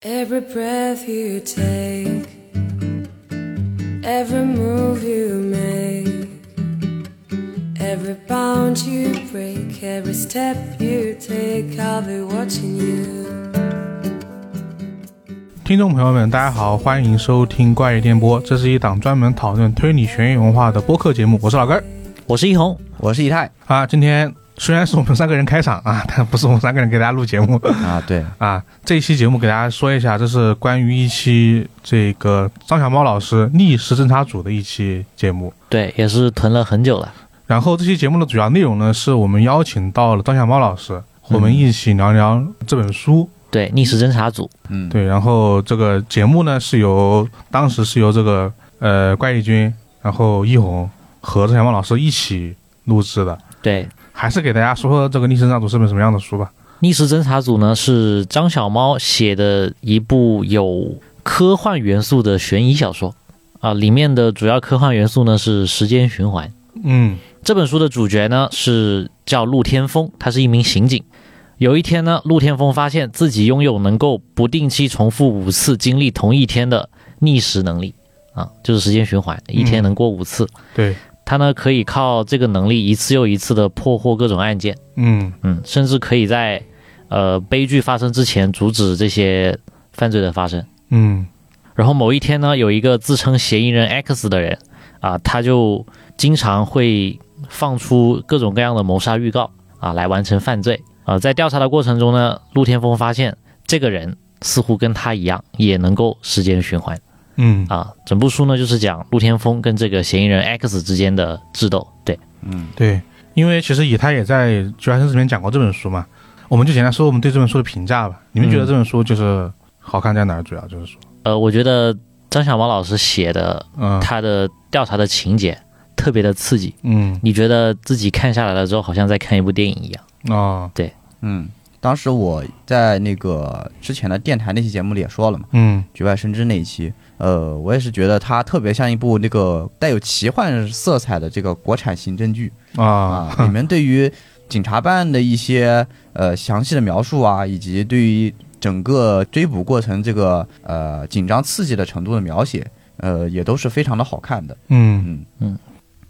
Every breath you take, every move you make, every bound you break, every step you take, I'll be watching you. 听众朋友们，大家好，欢迎收听《怪异电波》，这是一档专门讨论推理悬疑文化的播客节目，我是老根儿我是一红，我是以太啊。今天虽然是我们三个人开场啊，但不是我们三个人给大家录节目啊，对，啊。这一期节目给大家说一下，这是关于一期这个张小猫老师逆时侦查组的一期节目。对，也是囤了很久了。然后这期节目的主要内容呢，是我们邀请到了张小猫老师，我们一起聊聊这本书。对，逆时侦查组，嗯，对，然后这个节目呢是由当时是由这个呃怪异君，然后易红和郑小猫老师一起录制的，对，还是给大家说说这个《逆生上组》是本什么样的书吧。逆时侦查组呢是张小猫写的一部有科幻元素的悬疑小说啊，里面的主要科幻元素呢是时间循环。嗯这本书的主角呢是叫陆天峰，他是一名刑警。有一天呢，陆天峰发现自己拥有能够不定期重复五次经历同一天的逆时能力啊，就是时间循环，一嗯天能过五次。对，他呢可以靠这个能力一次又一次的破获各种案件，嗯嗯，甚至可以在呃悲剧发生之前阻止这些犯罪的发生。嗯然后某一天呢，有一个自称嫌疑人 X 的人啊，他就经常会放出各种各样的谋杀预告啊，来完成犯罪啊。在调查的过程中呢，陆天峰发现这个人似乎跟他一样，也能够时间循环嗯啊。整部书呢，就是讲陆天峰跟这个嫌疑人 X 之间的智斗，对。对，因为其实以太也在《绝望生》这边讲过这本书嘛，我们就简单说我们对这本书的评价吧。你们觉得嗯这本书就是好看在哪儿？主要就是说，呃，我觉得张小毛老师写的嗯他的调查的情节特别的刺激，嗯你觉得自己看下来了之后，好像在看一部电影一样。哦嗯，当时我在那个之前的电台那期节目里也说了嘛，嗯《局外生枝》那一期，呃，我也是觉得它特别像一部那个带有奇幻色彩的这个国产刑侦剧啊啊，里面对于警察办案的一些呃详细的描述啊，以及对于整个追捕过程这个呃紧张刺激的程度的描写，呃，也都是非常的好看的，嗯嗯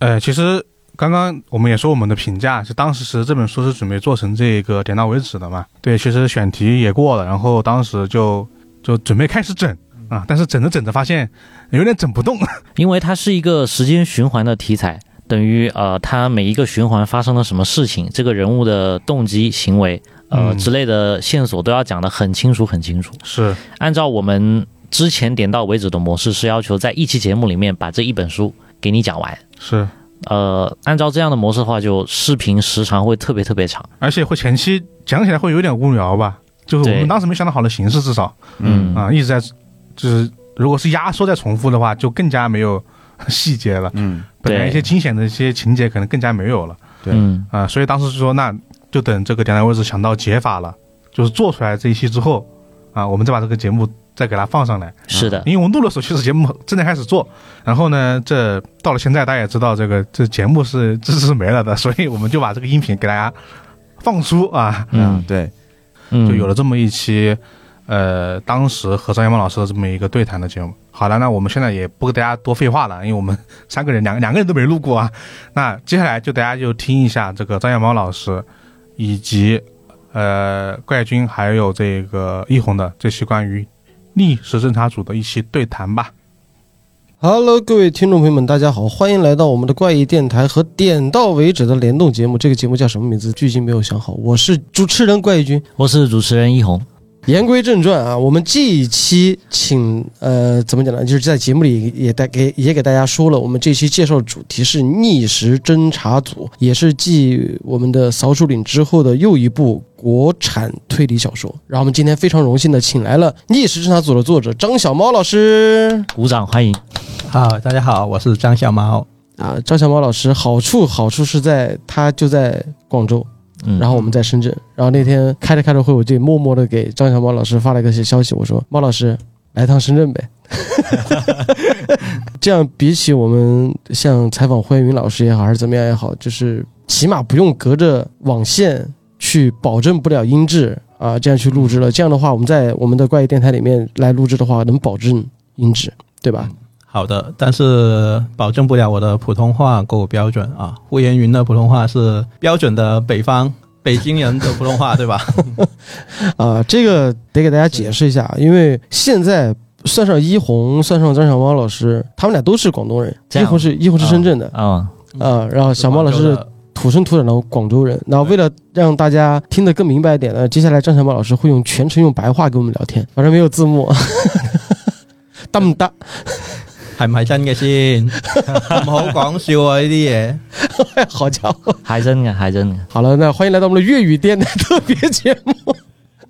呃，其实刚刚我们也说我们的评价，是当时是这本书是准备做成这个点到为止的嘛？对，其实选题也过了，然后当时就就准备开始整啊，但是整着整着发现有点整不动。因为它是一个时间循环的题材，等于呃，它每一个循环发生了什么事情，这个人物的动机、行为呃嗯之类的线索都要讲得很清楚、很清楚。是，按照我们之前点到为止的模式，是要求在一期节目里面把这一本书给你讲完。是，呃，按照这样的模式的话，就视频时长会特别特别长。而且会前期讲起来会有点无聊吧？就是我们对当时没想到好的形式，至少嗯啊一直在就是如果是压缩再重复的话，就更加没有 细节了。嗯本来对一些惊险的一些情节可能更加没有了。对嗯，啊、所以当时就说，那就等这个点燃位置想到解法了，就是做出来这一期之后，啊、我们再把这个节目再给它放上来。是啊的，因为我们录的时候，其实节目正在开始做，然后呢，这到了现在大家也知道，这个这节目是知识没了的，所以我们就把这个音频给大家放出啊，嗯，对，嗯，就有了这么一期。呃，当时和张一梦老师的这么一个对谈的节目。好了，那我们现在也不跟大家多废话了，因为我们三个人两两个人都没录过啊。那接下来就大家就听一下这个张小毛老师，以及呃怪君还有这个一红的这期关于逆时侦查组的一期对谈吧。 Hello，各位听众朋友们，大家好，欢迎来到我们的怪异电台和点到为止的联动节目。这个节目叫什么名字？距今没有想好。我是主持人怪异君。我是主持人一红，言归正传啊，我们这一期请呃怎么讲呢？就是在节目里也带给也给大家说了，我们这期介绍的主题是逆时侦查组，也是继我们的《扫帚岭》之后的又一部国产推理小说。然后我们今天非常荣幸的请来了逆时侦查组的作者张小猫老师。鼓掌欢迎。好，大家好，我是张小猫。啊，张小猫老师好处好处是在他就在广州，嗯，然后我们在深圳，然后那天开着开着会，我就默默的给张小猫老师发了一个消息，我说猫老师来趟深圳呗。 这样比起我们像采访欢云老师也好，还是怎么样也好，就是起码不用隔着网线去保证不了音质啊，这样去录制了。这样的话，我们在我们的怪异电台里面来录制的话，能保证音质，对吧？好的，但是保证不了我的普通话够标准啊。胡彦云的普通话是标准的北方北京人的普通话，对吧？啊，这个得给大家解释一下，啊因为现在算上一红，算上张小猫老师，他们俩都是广东人。这一样红是一红是深圳的啊、啊，然 后小猫老广州师的土生土长的广州人。那为了让大家听得更明白一点呢，接下来张小猫老师会用全程用白话跟我们聊天，反正没有字幕。 得唔得？係唔係真嘅先？唔好講笑啊！呢啲嘢。 好家伙！还真的还真的。好了，那欢迎来到我们的粤语电台特别节目。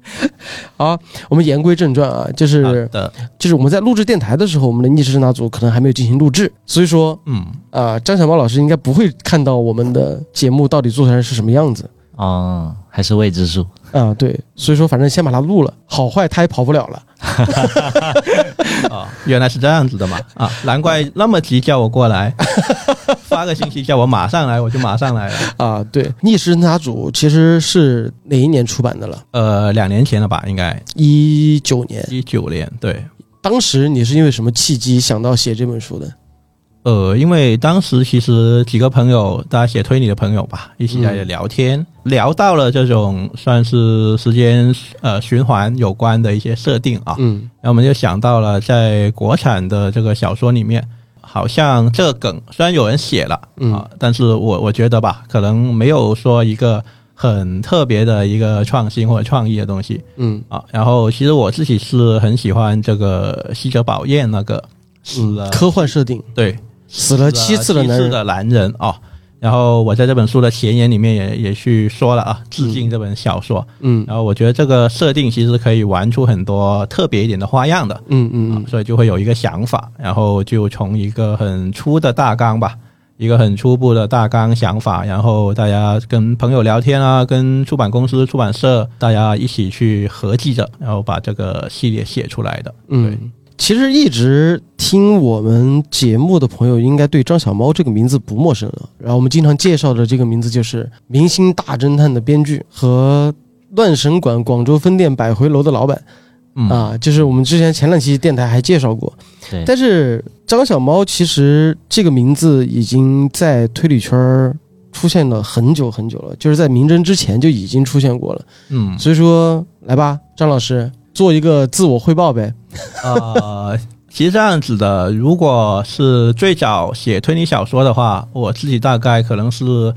好，我们言归正传啊，就是、好的，就是我们在录制电台的时候，我们的逆时针拿组可能还没有进行录制，所以说嗯，啊、张小猫老师应该不会看到我们的节目到底做出来是什么样子哦、还是未知数。啊、对，所以说反正先把它录了，好坏他也跑不了了。哦，原来是这样子的嘛！啊，难怪那么急叫我过来，发个信息叫我马上来，我就马上来了。啊、对，逆时针拿组其实是哪一年出版的了？呃，两年前了吧，应该一九年，一九年，对。当时你是因为什么契机想到写这本书的？呃，因为当时其实几个朋友，大家写推理的朋友吧，一起在嗯聊天，聊到了这种算是时间呃循环有关的一些设定啊，嗯然后我们就想到了在国产的这个小说里面，好像这个梗虽然有人写了嗯啊，但是我我觉得吧，可能没有说一个很特别的一个创新或者创意的东西，嗯啊，然后其实我自己是很喜欢这个西泽宝彦那个死嗯了、，科幻设定，对死了七次的男人七次的男人哦。然后我在这本书的前言里面也也去说了啊，致敬这本小说。嗯然后我觉得这个设定其实可以玩出很多特别一点的花样的，嗯嗯嗯所以就会有一个想法，然后就从一个很粗的大纲吧，一个很初步的大纲想法，然后大家跟朋友聊天啊，跟出版公司、出版社大家一起去合计着，然后把这个系列写出来的。对嗯，其实一直听我们节目的朋友，应该对张小猫这个名字不陌生了。然后我们经常介绍的这个名字就是《明星大侦探》的编剧和乱神馆广州分店百回楼的老板嗯，啊，就是我们之前前两期电台还介绍过。对但是张小猫其实这个名字已经在推理圈儿出现了很久很久了，就是在明侦之前就已经出现过了。嗯，所以说，来吧，张老师做一个自我汇报呗。呃，其实这样子的，如果是最早写推理小说的话，我自己大概可能是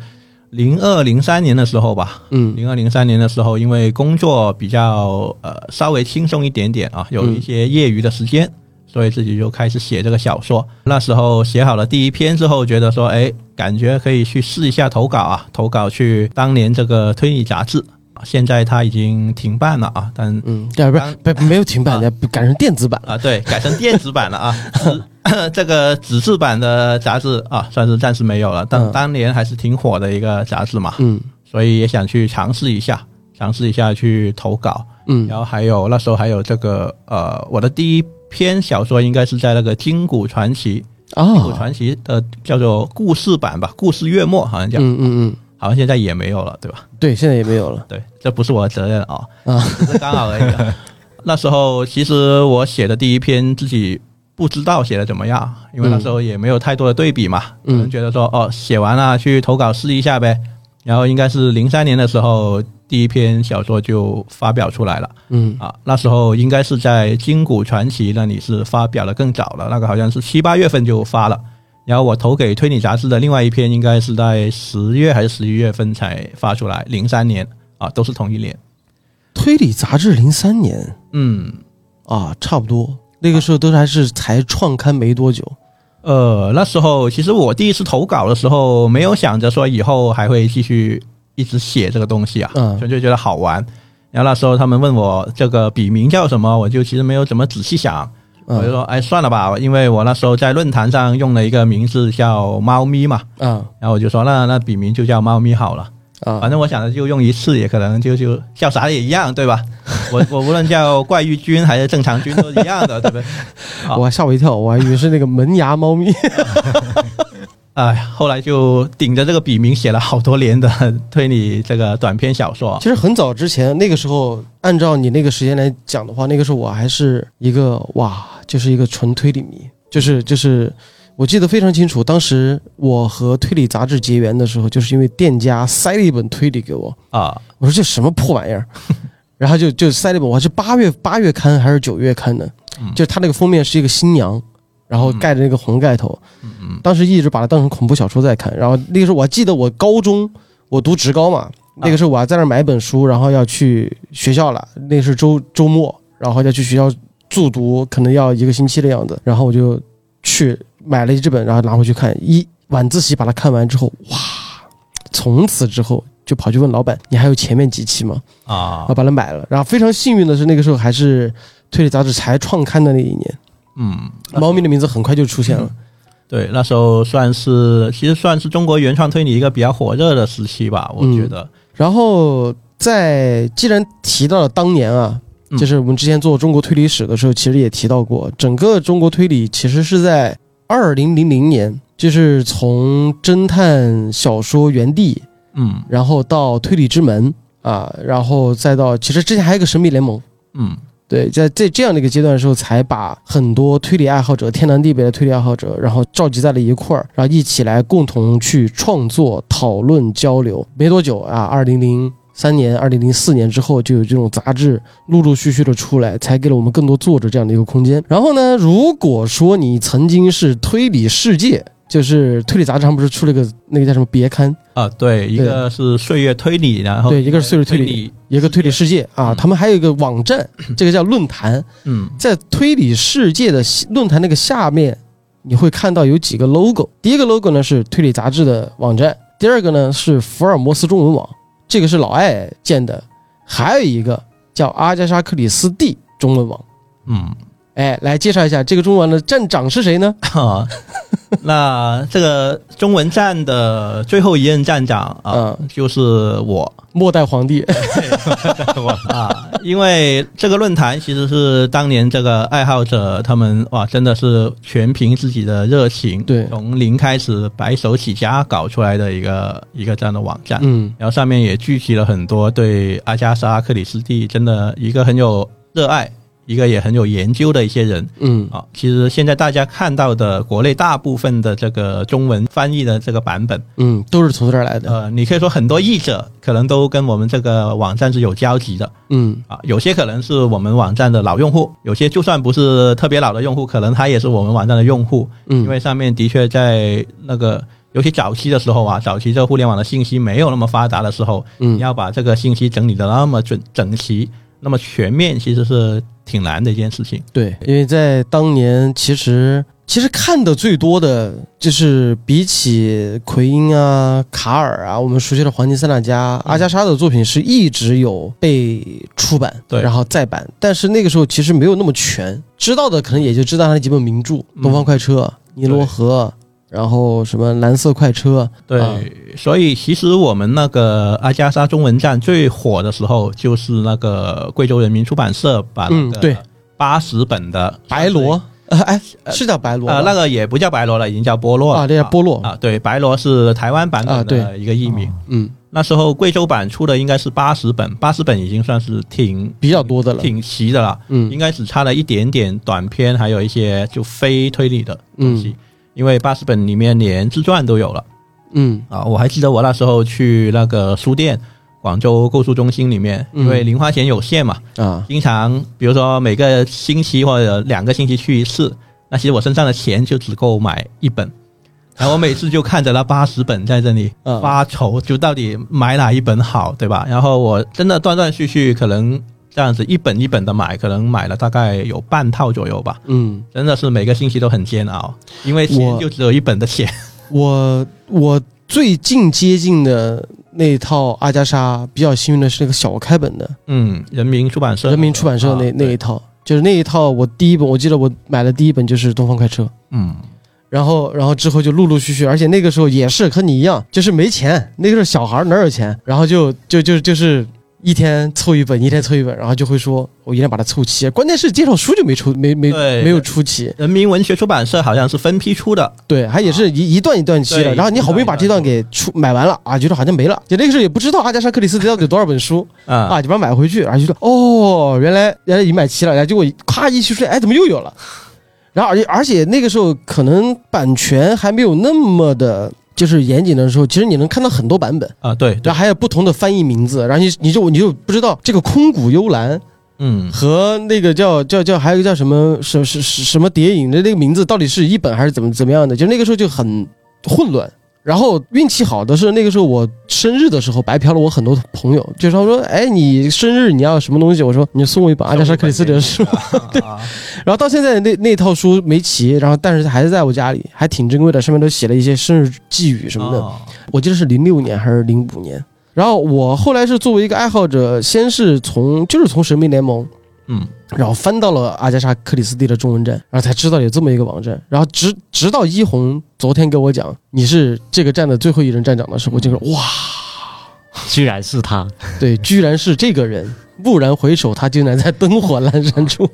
零二零三年的时候吧，嗯零二零三年的时候，因为工作比较呃稍微轻松一点点啊，有一些业余的时间，所以自己就开始写这个小说。那时候写好了第一篇之后，觉得说，哎，感觉可以去试一下投稿啊，投稿去当年这个推理杂志。啊现在它已经停办了啊，但嗯，啊，不是，不没有停版的，改成电子版了。啊，对，改成电子版了啊。纸 这个纸质版的杂志啊，算是暂时没有了，但嗯当年还是挺火的一个杂志嘛，嗯所以也想去尝试一下，尝试一下去投稿。嗯然后还有那时候还有这个呃，我的第一篇小说应该是在那个《金谷传奇》金谷啊，传奇》的叫做故事版吧，《故事月末》好像叫，嗯嗯嗯，好像现在也没有了，对吧？对，现在也没有了。对，这不是我的责任啊、啊只是刚好而已啊、 那时候其实我写的第一篇自己不知道写的怎么样，因为那时候也没有太多的对比嘛，可嗯能觉得说哦，写完了去投稿试一下呗。然后应该是零三年的时候，第一篇小说就发表出来了嗯啊。那时候应该是在《金谷传奇》那里是发表的更早了，那个好像是七八月份就发了。然后我投给推理杂志的另外一篇，应该是在十月还是十一月份才发出来，零三年啊，都是同一年。推理杂志零三年嗯，啊，差不多那个时候都还是才创刊没多久。呃，那时候其实我第一次投稿的时候，没有想着说以后还会继续一直写这个东西啊，嗯纯粹觉得好玩。然后那时候他们问我这个笔名叫什么，我就其实没有怎么仔细想，我就嗯说哎算了吧，因为我那时候在论坛上用了一个名字叫猫咪嘛，啊然后我就说那那笔名就叫猫咪好了，啊反正我想着就用一次，也可能就就叫啥也一样，对吧？我我无论叫怪玉君还是正常君都一样的，对不对？我还吓我一跳，我还以为是那个门牙猫咪。哎，后来就顶着这个笔名写了好多年的推理这个短篇小说其。实很早之前，那个时候按照你那个时间来讲的话，那个时候我还是一个哇，就是一个纯推理迷，就是就是，我记得非常清楚，当时我和推理杂志结缘的时候，就是因为店家塞了一本推理给我，啊，我说这什么破玩意儿， 然后就就塞了一本，我还是八月八月刊还是九月刊的，嗯就是它那个封面是一个新娘，然后盖着那个红盖头，嗯嗯当时一直把它当成恐怖小说在看。然后那个时候我还记得我高中我读职高啊嘛，那个时候我还在那儿买本书，然后要去学校了，那是周周末，然后要去学校住读，可能要一个星期的样子。然后我就去买了这本，然后拿回去看，一晚自习把它看完之后，哇，从此之后。就跑去问老板：“你还有前面几期吗？”啊我，把它买了。然后非常幸运的是，那个时候还是推理杂志才创刊的那一年，嗯， 《猫咪的名字》很快就出现了。对，那时候算是其实算是中国原创推理一个比较火热的时期吧，嗯我觉得。然后在既然提到了当年啊，嗯就是我们之前做中国推理史的时候，其实也提到过，整个中国推理其实是在二零零零年，就是从侦探小说原地，嗯然后到推理之门啊，然后再到其实之前还有一个神秘联盟。嗯对，在在这样的一个阶段的时候，才把很多推理爱好者、天南地北的推理爱好者，然后召集在了一块儿，然后一起来共同去创作、讨论、交流。没多久啊，二零零三年、二零零四年之后，就有这种杂志陆陆续续的出来，才给了我们更多作者这样的一个空间。然后呢，如果说你曾经是推理世界，就是推理杂志上不是出了一个那个叫什么别刊，啊，对，一个是岁月推理，然后对一个是岁月推理理，一个推理世界啊，嗯他们还有一个网站，这个叫论坛。嗯在推理世界的论坛那个下面，你会看到有几个 logo。第一个 logo 呢是推理杂志的网站，第二个呢是福尔摩斯中文网，这个是老艾建的，还有一个叫阿加莎·克里斯蒂中文网。嗯。哎，来介绍一下这个中文网的站长是谁呢？啊，那这个中文站的最后一任站长啊，嗯就是我末代皇帝。啊，因为这个论坛其实是当年这个爱好者他们哇，真的是全凭自己的热情，对从零开始白手起家搞出来的一个一个这样的网站。嗯，然后上面也聚集了很多对阿加莎·克里斯蒂真的一个很有热爱，一个也很有研究的一些人，嗯，啊，其实现在大家看到的国内大部分的这个中文翻译的这个版本，嗯，都是从这儿来的。呃，你可以说很多译者可能都跟我们这个网站是有交集的嗯，啊，有些可能是我们网站的老用户，有些就算不是特别老的用户，可能他也是我们网站的用户，嗯，因为上面的确在那个。尤其早期的时候啊，早期这个互联网的信息没有那么发达的时候，嗯你要把这个信息整理的那么准整齐、那么全面，其实是挺难的一件事情。对，因为在当年，其实其实看的最多的就是比起奎因啊、卡尔啊，我们熟悉的黄金三大家、阿加莎的作品是一直有被出版，对然后再版，但是那个时候其实没有那么全，知道的可能也就知道他那几本名著，嗯《东方快车》尼罗河》，然后什么《蓝色快车》对，啊所以其实我们那个阿加莎中文站最火的时候，就是那个贵州人民出版社把那嗯对个八十本的《白罗》呃，哎，是叫白罗吧啊、那个也不叫白罗了，已经叫波洛了啊，这叫波洛，啊，对，白罗是台湾版啊本对的一个译名。嗯，那时候贵州版出的应该是八十本，八十本已经算是挺比较多的了，挺齐的了，应嗯该只差了一点点短篇，还有一些就非推理的东西，嗯因为八十本里面连自传都有了。嗯啊，我还记得我那时候去那个书店，广州购书中心里面，因为嗯零花钱有限嘛，啊，经常比如说每个星期或者两个星期去一次，那其实我身上的钱就只够买一本。然后我每次就看着那八十本在这里嗯发愁，就到底买哪一本好，对吧？然后我真的断断续续，可能这样子一本一本的买，可能买了大概有半套左右吧。嗯。真的是每个星期都很煎熬，因为钱我就只有一本的钱。我我最近接近的那套阿加莎，比较幸运的是那个小开本的嗯，人民出版社，人民出版社那、啊那一对套，就是那一套。我第一本，我记得我买的第一本就是《东方快车》，嗯，然后然后之后就陆陆续续，而且那个时候也是和你一样，就是没钱，那个时候小孩哪有钱，然后就就就就是。一天凑一本，一天凑一本，然后就会说我一定要把它凑齐。关键是介绍书就没出，没没对没有出齐，人民文学出版社好像是分批出的，对，还也是一、一段一段期的，对然后你好不容易把这段给出买完了啊，觉得好像没了，你那个时候也不知道阿加莎·克里斯蒂到底有多少本书啊、啊，就把它买回去，然后就说哦，原来原来已经买齐了，然后结果咔一提出来，哎，怎么又有了？然后而且而且那个时候可能版权还没有那么的，就是严谨的时候，其实你能看到很多版本，啊，对对然，后还有不同的翻译名字，然后你你就你就不知道这个空谷幽兰嗯，和那个叫叫叫，还有一个叫什么什什什什么谍影的那个名字，到底是一本还是怎么怎么样的？就那个时候就很混乱。然后运气好的是，那个时候我生日的时候白嫖了我很多朋友，就是他们说：“哎，你生日你要什么东西？”我说：“你送我一本阿加莎·克里斯蒂的书。 对啊，”然后到现在那那套书没齐，然后但是还是在我家里，还挺珍贵的，上面都写了一些生日寄语什么的。哦我记得是零六年还是零五年。然后我后来是作为一个爱好者，先是从就是从神秘联盟，嗯，然后翻到了阿加莎·克里斯蒂的中文站，然后才知道有这么一个网站。然后直直到一红昨天跟我讲你是这个站的最后一任站长的时候，我就说嗯哇，居然是他，对，居然是这个人。蓦然回首，他竟然在灯火阑珊处。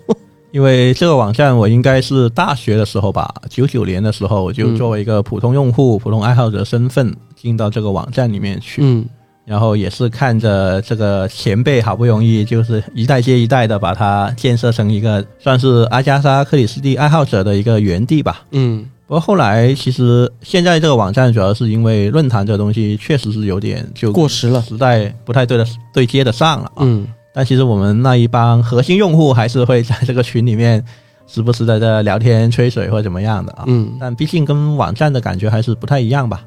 因为这个网站我应该是大学的时候吧，九九年的时候，我就嗯作为一个普通用户、普通爱好者身份进到这个网站里面去，嗯，然后也是看着这个前辈好不容易就是一代接一代的把它建设成一个算是阿加莎·克里斯蒂爱好者的一个园地吧。嗯不过后来，其实现在这个网站主要是因为论坛这个东西确实是有点就过时了时代不太对的对接得上了啊。嗯，但其实我们那一帮核心用户还是会在这个群里面时不时的在聊天吹水或怎么样的啊。嗯但毕竟跟网站的感觉还是不太一样吧。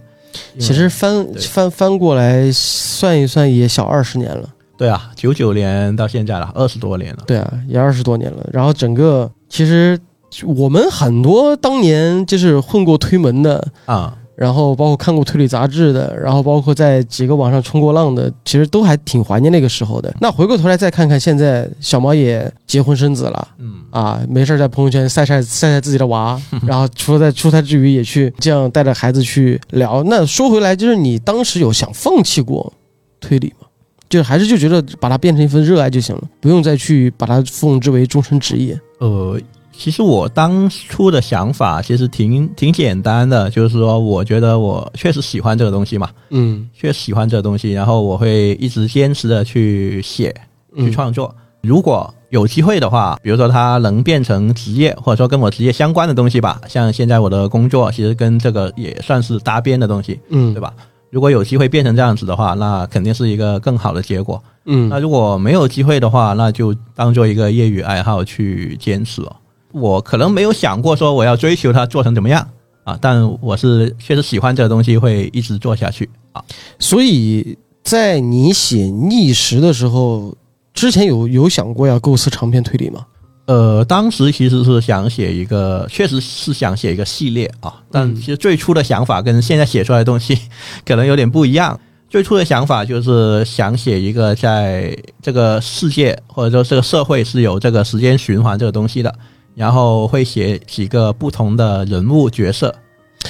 因为其实翻对翻翻过来算一算，也小二十年了。对啊，九九年到现在了，二十多年了。对啊，也二十多年了。然后整个其实我们很多当年就是混过推门的，啊、然后包括看过推理杂志的，然后包括在几个网上冲过浪的，其实都还挺怀念那个时候的。那回过头来再看看现在，小毛也结婚生子了。嗯，啊，没事儿在朋友圈晒晒晒晒自己的娃， 然后除了在出差之余也去这样带着孩子去聊。那说回来，就是你当时有想放弃过推理吗？就是还是就觉得把它变成一份热爱就行了，不用再去把它奉之为终身职业。呃，其实我当初的想法其实挺挺简单的，就是说，我觉得我确实喜欢这个东西嘛，嗯，确实喜欢这个东西，然后我会一直坚持的去写，嗯去创作。如果有机会的话，比如说它能变成职业，或者说跟我职业相关的东西吧，像现在我的工作其实跟这个也算是搭边的东西，嗯，对？吧？如果有机会变成这样子的话，那肯定是一个更好的结果。嗯那如果没有机会的话，那就当做一个业余爱好去坚持哦。我可能没有想过说我要追求它做成怎么样啊，但我是确实喜欢这个东西，会一直做下去啊。所以在你写逆时的时候，之前有有想过要构思长篇推理吗？呃，当时其实是想写一个，确实是想写一个系列啊，但嗯其实最初的想法跟现在写出来的东西 可能有点不一样。最初的想法就是想写一个在这个世界或者说这个社会是有这个时间循环这个东西的，然后会写几个不同的人物角色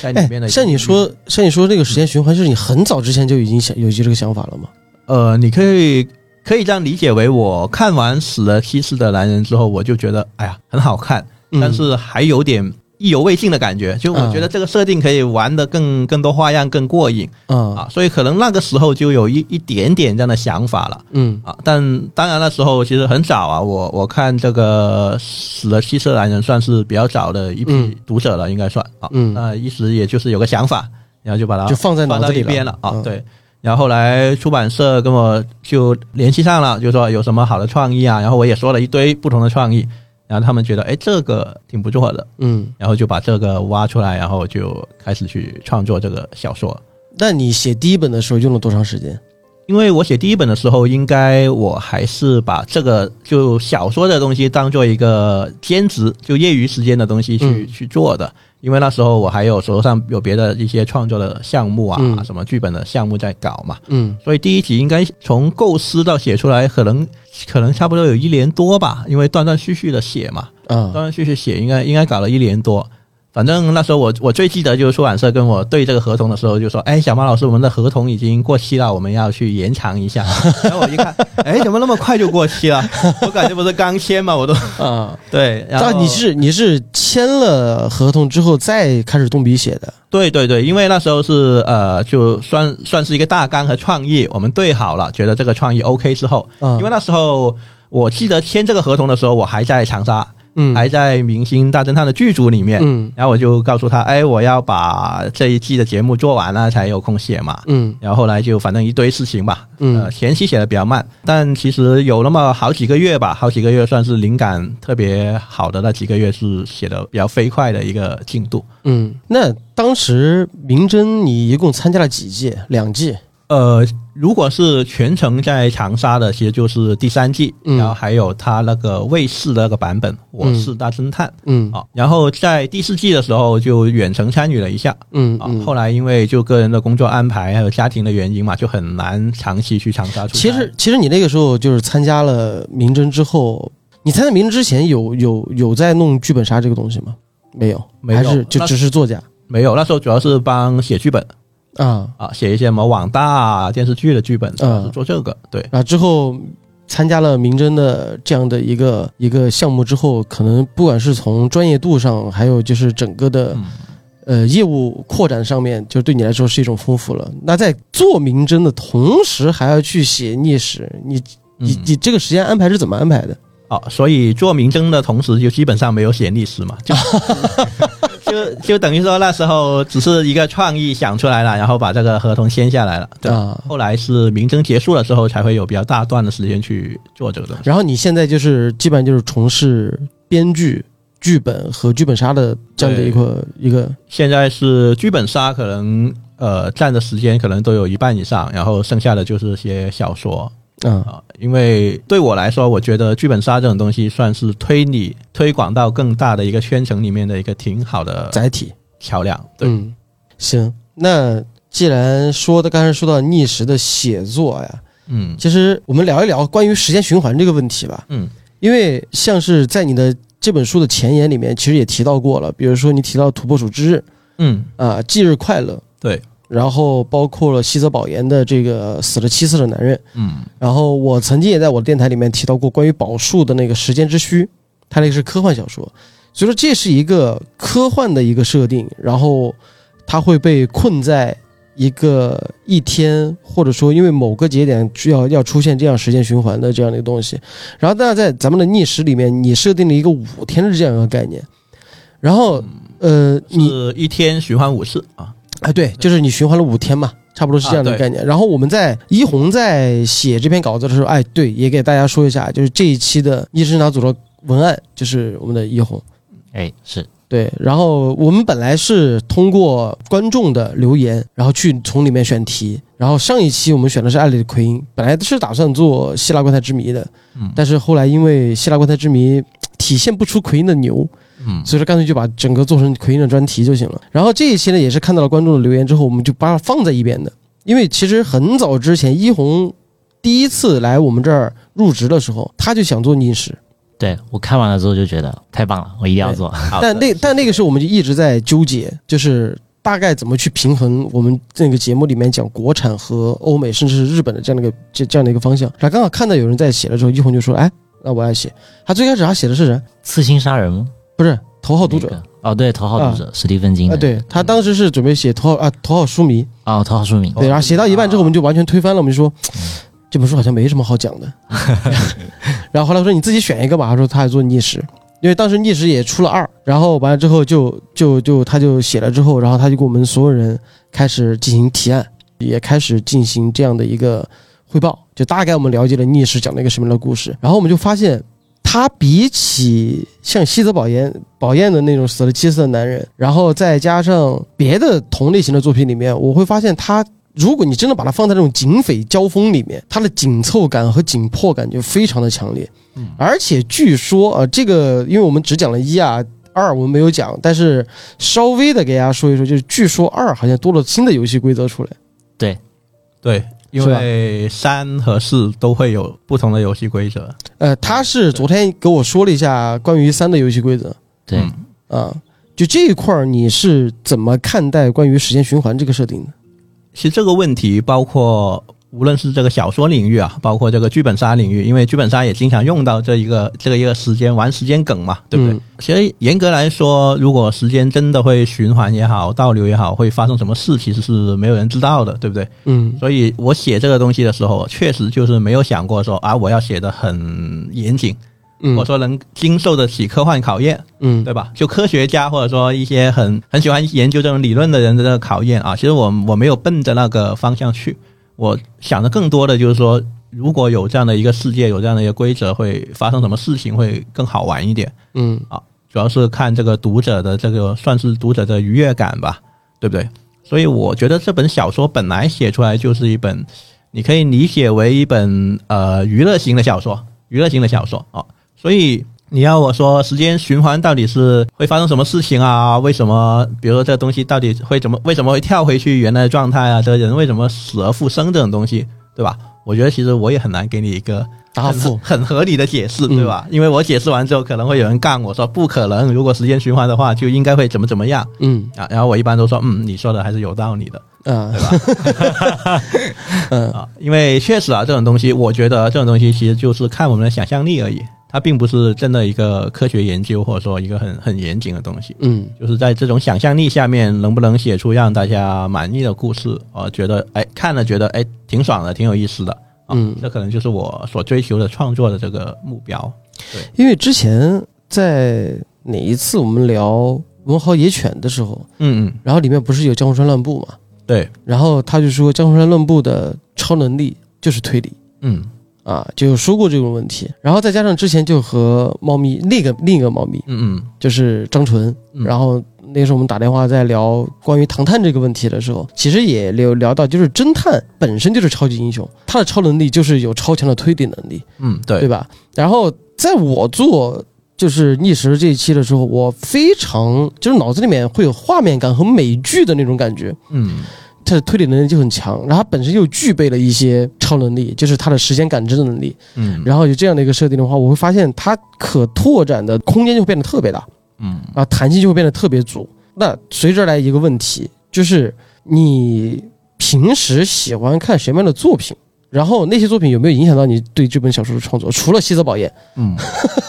在里面的。哎像你，说，像你说那个时间循环，就是你很早之前就已经想有这个想法了吗？呃，你可以可以这样理解为我看完《死了七次的男人》之后，我就觉得哎呀很好看，嗯但是还有点意犹未尽的感觉。就我觉得这个设定可以玩的更更多花样，更过瘾啊，啊，所以可能那个时候就有一一点点这样的想法了嗯啊。但当然那时候其实很早啊，我我看这个《死了七色男人》算是比较早的一嗯批读者了，应该算啊。嗯那一时也就是有个想法，然后就把它就放在脑啊放子到里一边了啊，嗯对。然后后来出版社跟我就联系上了，就说有什么好的创意啊，然后我也说了一堆不同的创意，然后他们觉得哎这个挺不错的，嗯，然后就把这个挖出来，然后就开始去创作这个小说。那你写第一本的时候用了多长时间？因为我写第一本的时候，应该我还是把这个就小说的东西当做一个兼职，就业余时间的东西去、嗯去做的。因为那时候我还有手头上有别的一些创作的项目啊，嗯什么剧本的项目在搞嘛，嗯所以第一集应该从构思到写出来，可能可能差不多有一年多吧，因为断断续续的写嘛，断啊，断续续写应该应该搞了一年多。反正那时候我我最记得就是出版社跟我对这个合同的时候就说，哎，小马老师，我们的合同已经过期了，我们要去延长 一下。然后我一看，哎，怎么那么快就过期了？我感觉不是刚签嘛，我都啊。对。然后但你是你是签了合同之后再开始动笔写的，对对对，因为那时候是呃，就算算是一个大纲和创意，我们对好了，觉得这个创意 OK 之后，啊，因为那时候我记得签这个合同的时候，我还在长沙，嗯还在《明星大侦探》的剧组里面。嗯然后我就告诉他，哎，我要把这一季的节目做完了才有空写嘛。嗯然后后来就反正一堆事情吧，呃，嗯前期写的比较慢，但其实有那么好几个月吧，好几个月算是灵感特别好的那几个月，是写的比较飞快的一个进度。嗯。那当时明侦你一共参加了几届？两届。呃，如果是全程在长沙的，其实就是第三季，嗯然后还有他那个卫视的那个版本《我是大侦探》嗯啊，然后在第四季的时候就远程参与了一下嗯啊，嗯。后来因为就个人的工作安排还有家庭的原因嘛，就很难长期去长沙出差。其实其实你那个时候就是参加了明侦之后，你参加明侦之前有有有在弄剧本杀这个东西吗？没有，没有还是就那只是作家没有，那时候主要是帮写剧本啊。啊，写一些什么网大啊、电视剧的剧本，主要是嗯做这个。对，然后之后参加了明侦的这样的一个一个项目之后，可能不管是从专业度上，还有就是整个的、嗯呃业务扩展上面，就对你来说是一种丰富了。那在做明侦的同时，还要去写历史，你你嗯你这个时间安排是怎么安排的？哦，所以做明侦的同时，就基本上没有写历史嘛，就就就等于说那时候只是一个创意想出来了，然后把这个合同签下来了。对，啊，后来是明侦结束了之后，才会有比较大段的时间去做这个东西。然后你现在就是基本上就是从事编剧、剧本和剧本杀的这样的一个一个现在是剧本杀，可能呃占的时间可能都有一半以上，然后剩下的就是些小说啊，啊、因为对我来说，我觉得剧本杀这种东西算是推理推广到更大的一个圈层里面的一个挺好的载体。桥梁。对。嗯，行，那既然说的刚才说到逆时的写作呀，嗯其实我们聊一聊关于时间循环这个问题吧，嗯因为像是在你的这本书的前言里面，其实也提到过了，比如说你提到土拨鼠之日嗯，啊，忌日快乐，对，然后包括了西泽保研的这个死了七次的男人，嗯然后我曾经也在我的电台里面提到过关于宝树的那个《时间之虚》，它那个是科幻小说，所以说这是一个科幻的一个设定，然后它会被困在一个一天，或者说因为某个节点需要要出现这样时间循环的这样的一个东西。然后，但在咱们的逆时里面，你设定了一个五天的这样一个概念，然后呃，你是一天循环五次啊。啊，对，就是你循环了五天嘛，差不多是这样的啊对概念。然后我们在一红在写这篇稿子的时候，哎，对，也给大家说一下，就是这一期的《逆时针组的文案就是我们的一红。哎，是对，然后我们本来是通过观众的留言，然后去从里面选题。然后上一期我们选的是《艾丽的奎因》，本来是打算做希腊棺材之谜的，嗯但是后来因为希腊棺材之谜体现不出奎因的牛，嗯所以说干脆就把整个做成奎因的专题就行了。然后这一期呢，也是看到了观众的留言之后，我们就把它放在一边的，因为其实很早之前一红第一次来我们这儿入职的时候，他就想做逆时，对我看完了之后就觉得太棒了，我一定要做。好的但那但那个时候我们就一直在纠结，就是。大概怎么去平衡我们这个节目里面讲国产和欧美甚至是日本的这样的一个这这样的一个方向？然后刚好看到有人在写的时候，一红就说：“哎，那我要写。”他最开始他写的是人，刺青杀人吗？不是头号读者那个哦，对，头号读者史蒂芬金啊、的嗯对他当时是准备写头号啊头号书迷，哦，头号书名对，然后写到一半之后，我们就完全推翻了，我们就说这本书好像没什么好讲的。然后后来我说你自己选一个吧，他说他还做逆时，因为当时逆时也出了二，然后完了之后就就就他就写了之后，然后他就给我们所有人开始进行提案，也开始进行这样的一个汇报，就大概我们了解了逆时讲了一个什么样的故事，然后我们就发现。他比起像西泽保彦宝燕的那种死了七次的男人，然后再加上别的同类型的作品里面，我会发现他，如果你真的把它放在这种警匪交锋里面，它的紧凑感和紧迫感就非常的强烈。而且据说呃，这个因为我们只讲了一啊。二我们没有讲，但是稍微的给大家说一说，就是据说二好像多了新的游戏规则出来，对，因是吧为三和四都会有不同的游戏规则。呃，他是昨天给我说了一下关于三的游戏规则，对，啊，就这一块儿，你是怎么看待关于时间循环这个设定的？其实这个问题包括无论是这个小说领域啊，包括这个剧本杀领域，因为剧本杀也经常用到这一个这个一个时间玩时间梗嘛，对不对？嗯其实严格来说，如果时间真的会循环也好，倒流也好，会发生什么事，其实是没有人知道的，对不对？嗯所以我写这个东西的时候，确实就是没有想过说啊，我要写的很严谨，或者嗯说能经受得起科幻考验， 嗯对吧？就科学家或者说一些很很喜欢研究这种理论的人的这个考验啊，其实我我没有奔着那个方向去，我想的更多的就是说，如果有这样的一个世界，有这样的一个规则，会发生什么事情会更好玩一点。嗯主要是看这个读者的这个算是读者的愉悦感吧，对不对？所以我觉得这本小说本来写出来就是一本，你可以理解为一本呃娱乐型的小说，娱乐型的小说啊、所以你要我说时间循环到底是会发生什么事情啊？为什么？比如说这个东西到底会怎么？为什么会跳回去原来的状态啊？这个人为什么死而复生这种东西，对吧？我觉得其实我也很难给你一个答很合复，很合理的解释，对吧？因为我解释完之后，可能会有人杠我说不可能，如果时间循环的话，就应该会怎么怎么样嗯啊。然后我一般都说，嗯，你说的还是有道理的啊， 嗯啊，因为确实啊，这种东西，我觉得这种东西其实就是看我们的想象力而已，它并不是真的一个科学研究或者说一个很很严谨的东西。嗯就是在这种想象力下面，能不能写出让大家满意的故事？啊，觉得哎看了觉得哎挺爽的，挺有意思的。啊嗯这可能就是我所追求的创作的这个目标。因为之前在哪一次我们聊《文豪野犬》的时候，嗯嗯，然后里面不是有江户川乱步嘛，对，然后他就说江户川乱步的超能力就是推理。嗯。啊，就有说过这种问题，然后再加上之前就和猫咪那个另一个猫咪，嗯嗯就是张纯，嗯然后那时候我们打电话在聊关于唐探这个问题的时候，其实也有聊到，就是侦探本身就是超级英雄，他的超能力就是有超强的推理能力，嗯，对，对吧？然后在我做就是逆时这一期的时候，我非常就是脑子里面会有画面感和美剧的那种感觉，嗯他的推理能力就很强，然后他本身又具备了一些超能力，就是他的时间感知的能力。嗯，然后有这样的一个设定的话，我会发现它可拓展的空间就会变得特别大嗯啊，弹性就会变得特别足。那随之而来一个问题就是，你平时喜欢看什么样的作品？然后那些作品有没有影响到你对这本小说的创作？除了西泽保彦，嗯，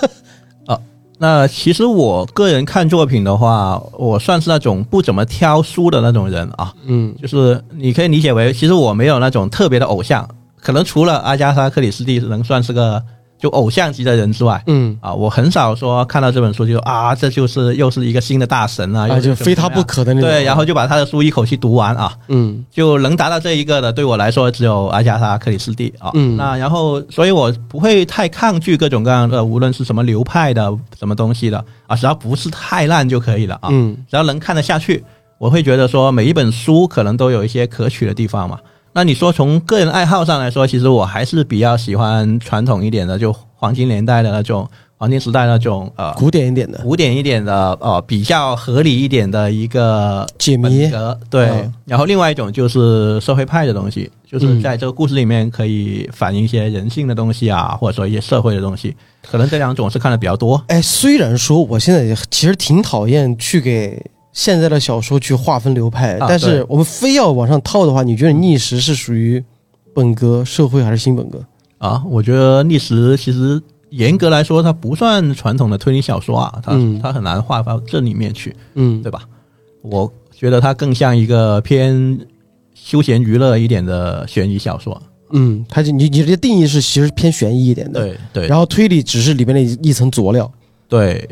啊，那其实我个人看作品的话，我算是那种不怎么挑书的那种人啊，嗯就是你可以理解为，其实我没有那种特别的偶像，可能除了阿加莎·克里斯蒂能算是个就偶像级的人之外。嗯啊，我很少说看到这本书就啊，这就是又是一个新的大神啊，又啊，是就怎么非他怎么不样可的那种。对，然后就把他的书一口气读完啊。嗯就能达到这一个的，对我来说只有阿加莎·克里斯蒂啊。嗯那然后，所以我不会太抗拒各种各样的，呃无论是什么流派的、什么东西的啊，只要不是太烂就可以了啊。嗯只要能看得下去，我会觉得说每一本书可能都有一些可取的地方嘛。那你说从个人爱好上来说，其实我还是比较喜欢传统一点的，就黄金年代的那种、黄金时代那种呃古典一点的古典一点的呃比较合理一点的一个解谜本，格对、嗯然后另外一种就是社会派的东西，就是嗯在这个故事里面可以反映一些人性的东西嗯啊，或者说一些社会的东西，可能这两种是看的比较多。哎，虽然说我现在也其实挺讨厌去给现在的小说去划分流派，啊但是我们非要往上套的话，你觉得逆时是属于本格、社会还是新本格？啊，我觉得历史其实严格来说，它不算传统的推理小说啊，它、嗯它很难划到这里面去，嗯对吧？我觉得它更像一个偏休闲娱乐一点的悬疑小说。嗯，它就你你这定义是其实偏悬疑一点的，，对对然后推理只是里面的一一层佐料。对，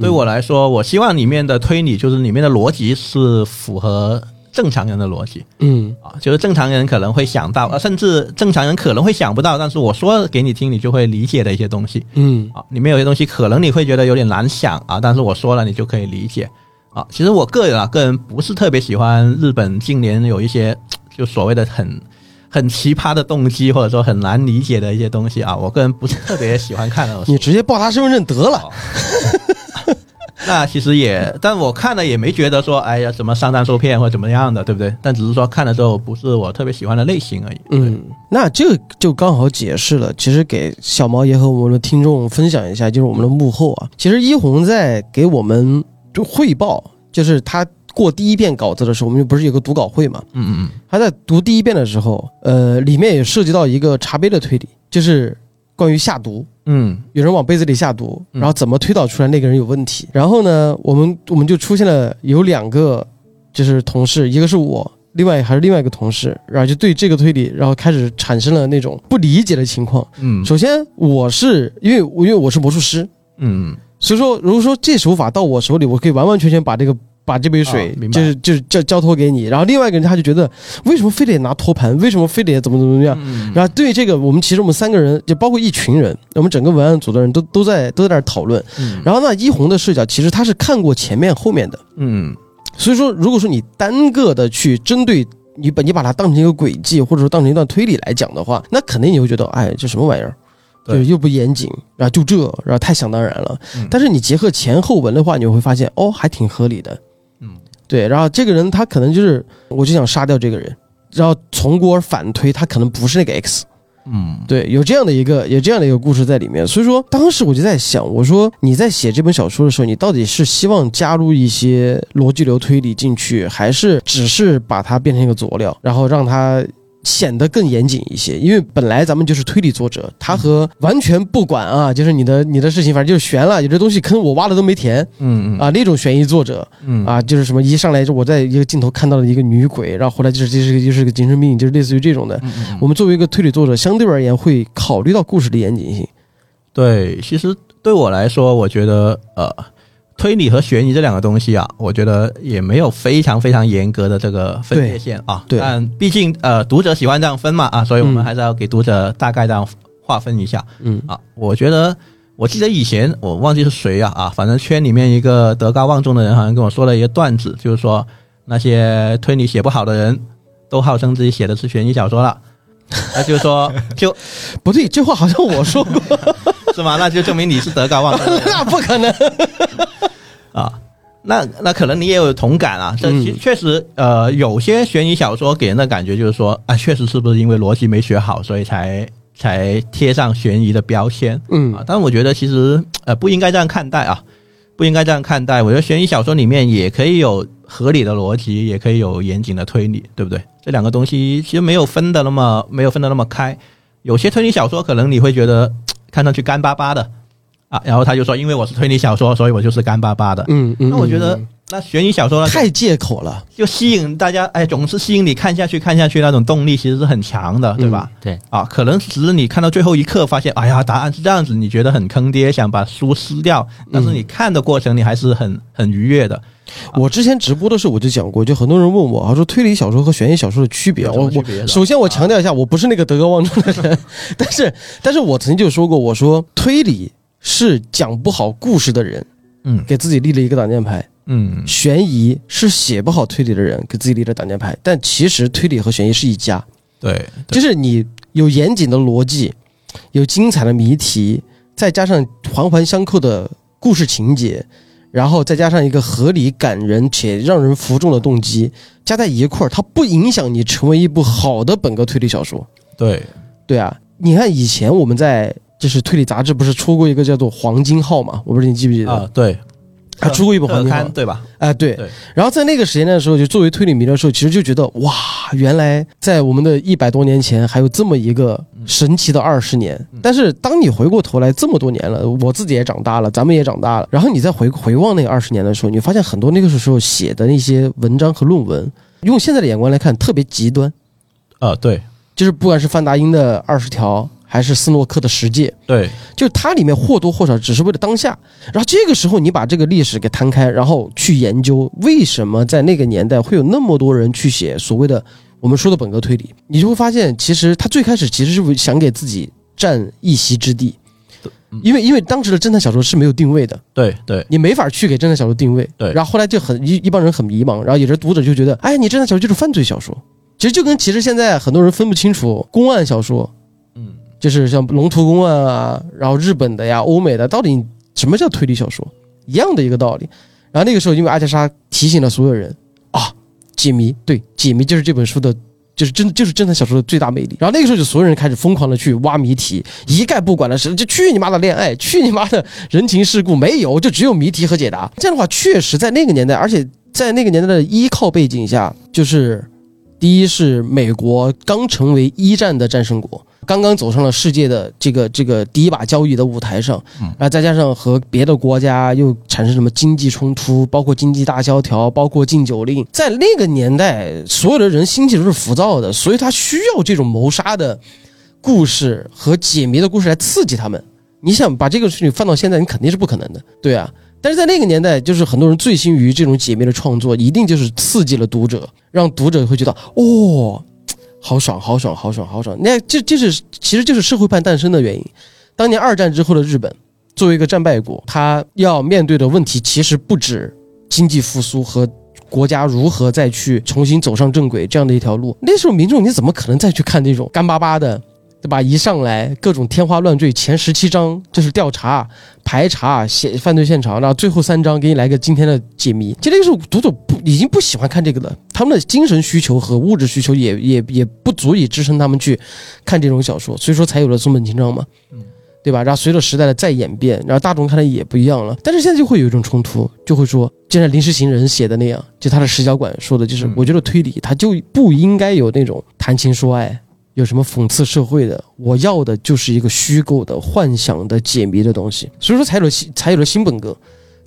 对我来说，我希望里面的推理就是里面的逻辑是符合正常人的逻辑。嗯啊，就是正常人可能会想到，啊，甚至正常人可能会想不到，但是我说给你听，你就会理解的一些东西。嗯啊，里面有些东西可能你会觉得有点难想啊，但是我说了你就可以理解啊。其实我个人啊，个人不是特别喜欢日本近年有一些就所谓的很很奇葩的动机，或者说很难理解的一些东西啊，我个人不是特别喜欢看那种书。你直接报他身份证得了。 那其实也，但我看了也没觉得说，哎呀，什么上当受骗或者怎么样的，对不对？但只是说看了之后不是我特别喜欢的类型而已。嗯，那这个就刚好解释了。其实给小毛爷和我们的听众分享一下，就是我们的幕后啊。其实一红在给我们就汇报就是他过第一遍稿子的时候，我们不是有个读稿会嘛？嗯嗯他在读第一遍的时候，呃，里面也涉及到一个茶杯的推理，就是关于下毒。嗯有人往杯子里下毒，嗯然后怎么推导出来那个人有问题？然后呢，我们我们就出现了有两个就是同事，一个是我，另外还是另外一个同事，然后就对这个推理，然后开始产生了那种不理解的情况。嗯首先，我是因为我因为我是魔术师，嗯嗯所以说如果说这手法到我手里，我可以完完全全把这个。把这杯水啊明白就是就是交交托给你，然后另外一个人他就觉得为什么非得拿托盘，为什么非得怎么怎么怎么样，嗯然后对这个，我们其实我们三个人，就包括一群人，我们整个文案组的人都都在都在那儿讨论。嗯然后呢，一红的视角其实他是看过前面后面的，嗯所以说如果说你单个的去针对你把你把它当成一个轨迹，或者说当成一段推理来讲的话，那肯定你会觉得，哎，这什么玩意儿？对就是又不严谨，然后就这，然后太想当然了。嗯但是你结合前后文的话，你会发现，哦，还挺合理的。嗯，对。然后这个人他可能就是，我就想杀掉这个人，然后从锅而反推，他可能不是那个 X。嗯对，有这样的一个有这样的一个故事在里面，所以说当时我就在想，我说你在写这本小说的时候，你到底是希望加入一些逻辑流推理进去，还是只是把它变成一个佐料，然后让它显得更严谨一些？因为本来咱们就是推理作者，他和完全不管啊，就是你的你的事情，反正就是悬了，有这东西坑我挖了都没填嗯啊，那种悬疑作者，嗯啊，就是什么一上来就我在一个镜头看到了一个女鬼，然后后来就是这是个就是个精神病，就是类似于这种的。我们作为一个推理作者，相对而言会考虑到故事的严谨性。对，其实对我来说，我觉得呃，推理和悬疑这两个东西啊，我觉得也没有非常非常严格的这个分界线啊。对对但毕竟呃，读者喜欢这样分嘛啊，所以我们还是要给读者大概这样划分一下。嗯啊，我觉得我记得以前我忘记是谁啊啊，反正圈里面一个德高望重的人好像跟我说了一个段子，就是说那些推理写不好的人都号称自己写的是悬疑小说了，那就是说就不对，这话好像我说过， 是吗？那就证明你是德高望重的人 那不可能。 啊。那那可能你也有同感啊，这嗯其确实，呃，有些悬疑小说给人的感觉就是说，啊，确实是不是因为逻辑没学好，所以才才贴上悬疑的标签？啊嗯，但我觉得其实呃不应该这样看待啊，不应该这样看待。我觉得悬疑小说里面也可以有合理的逻辑，也可以有严谨的推理，对不对？这两个东西其实没有分的那么没有分的那么开。有些推理小说可能你会觉得看上去干巴巴的啊，然后他就说因为我是推理小说，所以我就是干巴巴的。嗯嗯，那我觉得啊嗯那悬疑小说呢，太借口了。就吸引大家，哎，总是吸引你看下去看下去那种动力其实是很强的，对吧？对，啊，可能只是你看到最后一刻发现，哎呀，答案是这样子，你觉得很坑爹，想把书撕掉，但是你看的过程你还是很很愉悦的。我之前直播的时候我就讲过，就很多人问我，他说推理小说和悬疑小说的区别，有什我么我区别的啊首先我强调一下，我不是那个德高望重的人， 但是但是我曾经就说过，我说推理是讲不好故事的人嗯给自己立了一个挡箭牌。嗯悬疑是写不好推理的人给自己立的挡箭牌，但其实推理和悬疑是一家，对，就是是你有严谨的逻辑，有精彩的谜题，再加上环环相扣的故事情节，然后再加上一个合理、感人且让人服众的动机，加在一块儿，它不影响你成为一部好的本格推理小说。对，对啊，你看以前我们在就是推理杂志不是出过一个叫做《黄金号》嘛？我不知道你记不记得，啊对，它出过一本《特黄金号》刊。对吧？哎，对对。然后在那个时间段的时候，就作为推理迷的时候，其实就觉得哇，原来在我们的一百多年前，还有这么一个神奇的二十年。但是当你回过头来这么多年了，我自己也长大了，咱们也长大了，然后你再回回望那个二十年的时候，你发现很多那个时候写的那些文章和论文，用现在的眼光来看，特别极端，啊对就是不管是范达因的二十条，还是斯诺克的十诫，对就是它里面或多或少只是为了当下，然后这个时候你把这个历史给摊开，然后去研究为什么在那个年代会有那么多人去写所谓的我们说的本格推理，你就会发现，其实他最开始其实是想给自己占一席之地，因为因为当时的侦探小说是没有定位的，对对你没法去给侦探小说定位。对然后后来就很一一帮人很迷茫，然后有些读者就觉得，哎，你侦探小说就是犯罪小说，其实就跟其实现在很多人分不清楚公案小说嗯就是像龙图公案啊，然后日本的呀、欧美的，到底什么叫推理小说，一样的一个道理。然后那个时候，因为阿加莎提醒了所有人啊，解谜，对，解谜就是这本书的，就是真就是侦探小说的最大魅力。然后那个时候就所有人开始疯狂的去挖谜题，一概不管了是就去你妈的恋爱，去你妈的人情世故，没有，就只有谜题和解答。这样的话，确实在那个年代，而且在那个年代的依靠背景下，就是第一是美国刚成为一战的战胜国，刚刚走上了世界的这个这个第一把交椅的舞台上，嗯然后再加上和别的国家又产生什么经济冲突，包括经济大萧条，包括禁酒令，在那个年代，所有的人心情都是浮躁的，所以他需要这种谋杀的故事和解谜的故事来刺激他们。你想把这个事情放到现在，你肯定是不可能的，对啊。但是在那个年代，就是很多人醉心于这种解密的创作，一定就是刺激了读者，让读者会觉得哦，好爽，好爽，好爽，好爽。那这这是其实就是社会派诞生的原因。当年二战之后的日本，作为一个战败国，它要面对的问题其实不止经济复苏和国家如何再去重新走上正轨这样的一条路。那时候民众你怎么可能再去看这种干巴巴的，对吧？一上来各种天花乱坠，前十七章就是调查，排查现犯罪现场，然后最后三章给你来个今天的解谜。这那个时候读者不已经不喜欢看这个了，他们的精神需求和物质需求也也也不足以支撑他们去看这种小说，所以说才有了松本清张嘛，对吧？然后随着时代的再演变，然后大众看的也不一样了。但是现在就会有一种冲突，就会说，就像临时行人写的那样，就他的视角馆说的，就是、嗯我觉得推理它就不应该有那种谈情说爱。有什么讽刺社会的？我要的就是一个虚构的、幻想的、解谜的东西，所以说才有了新才有了新本格。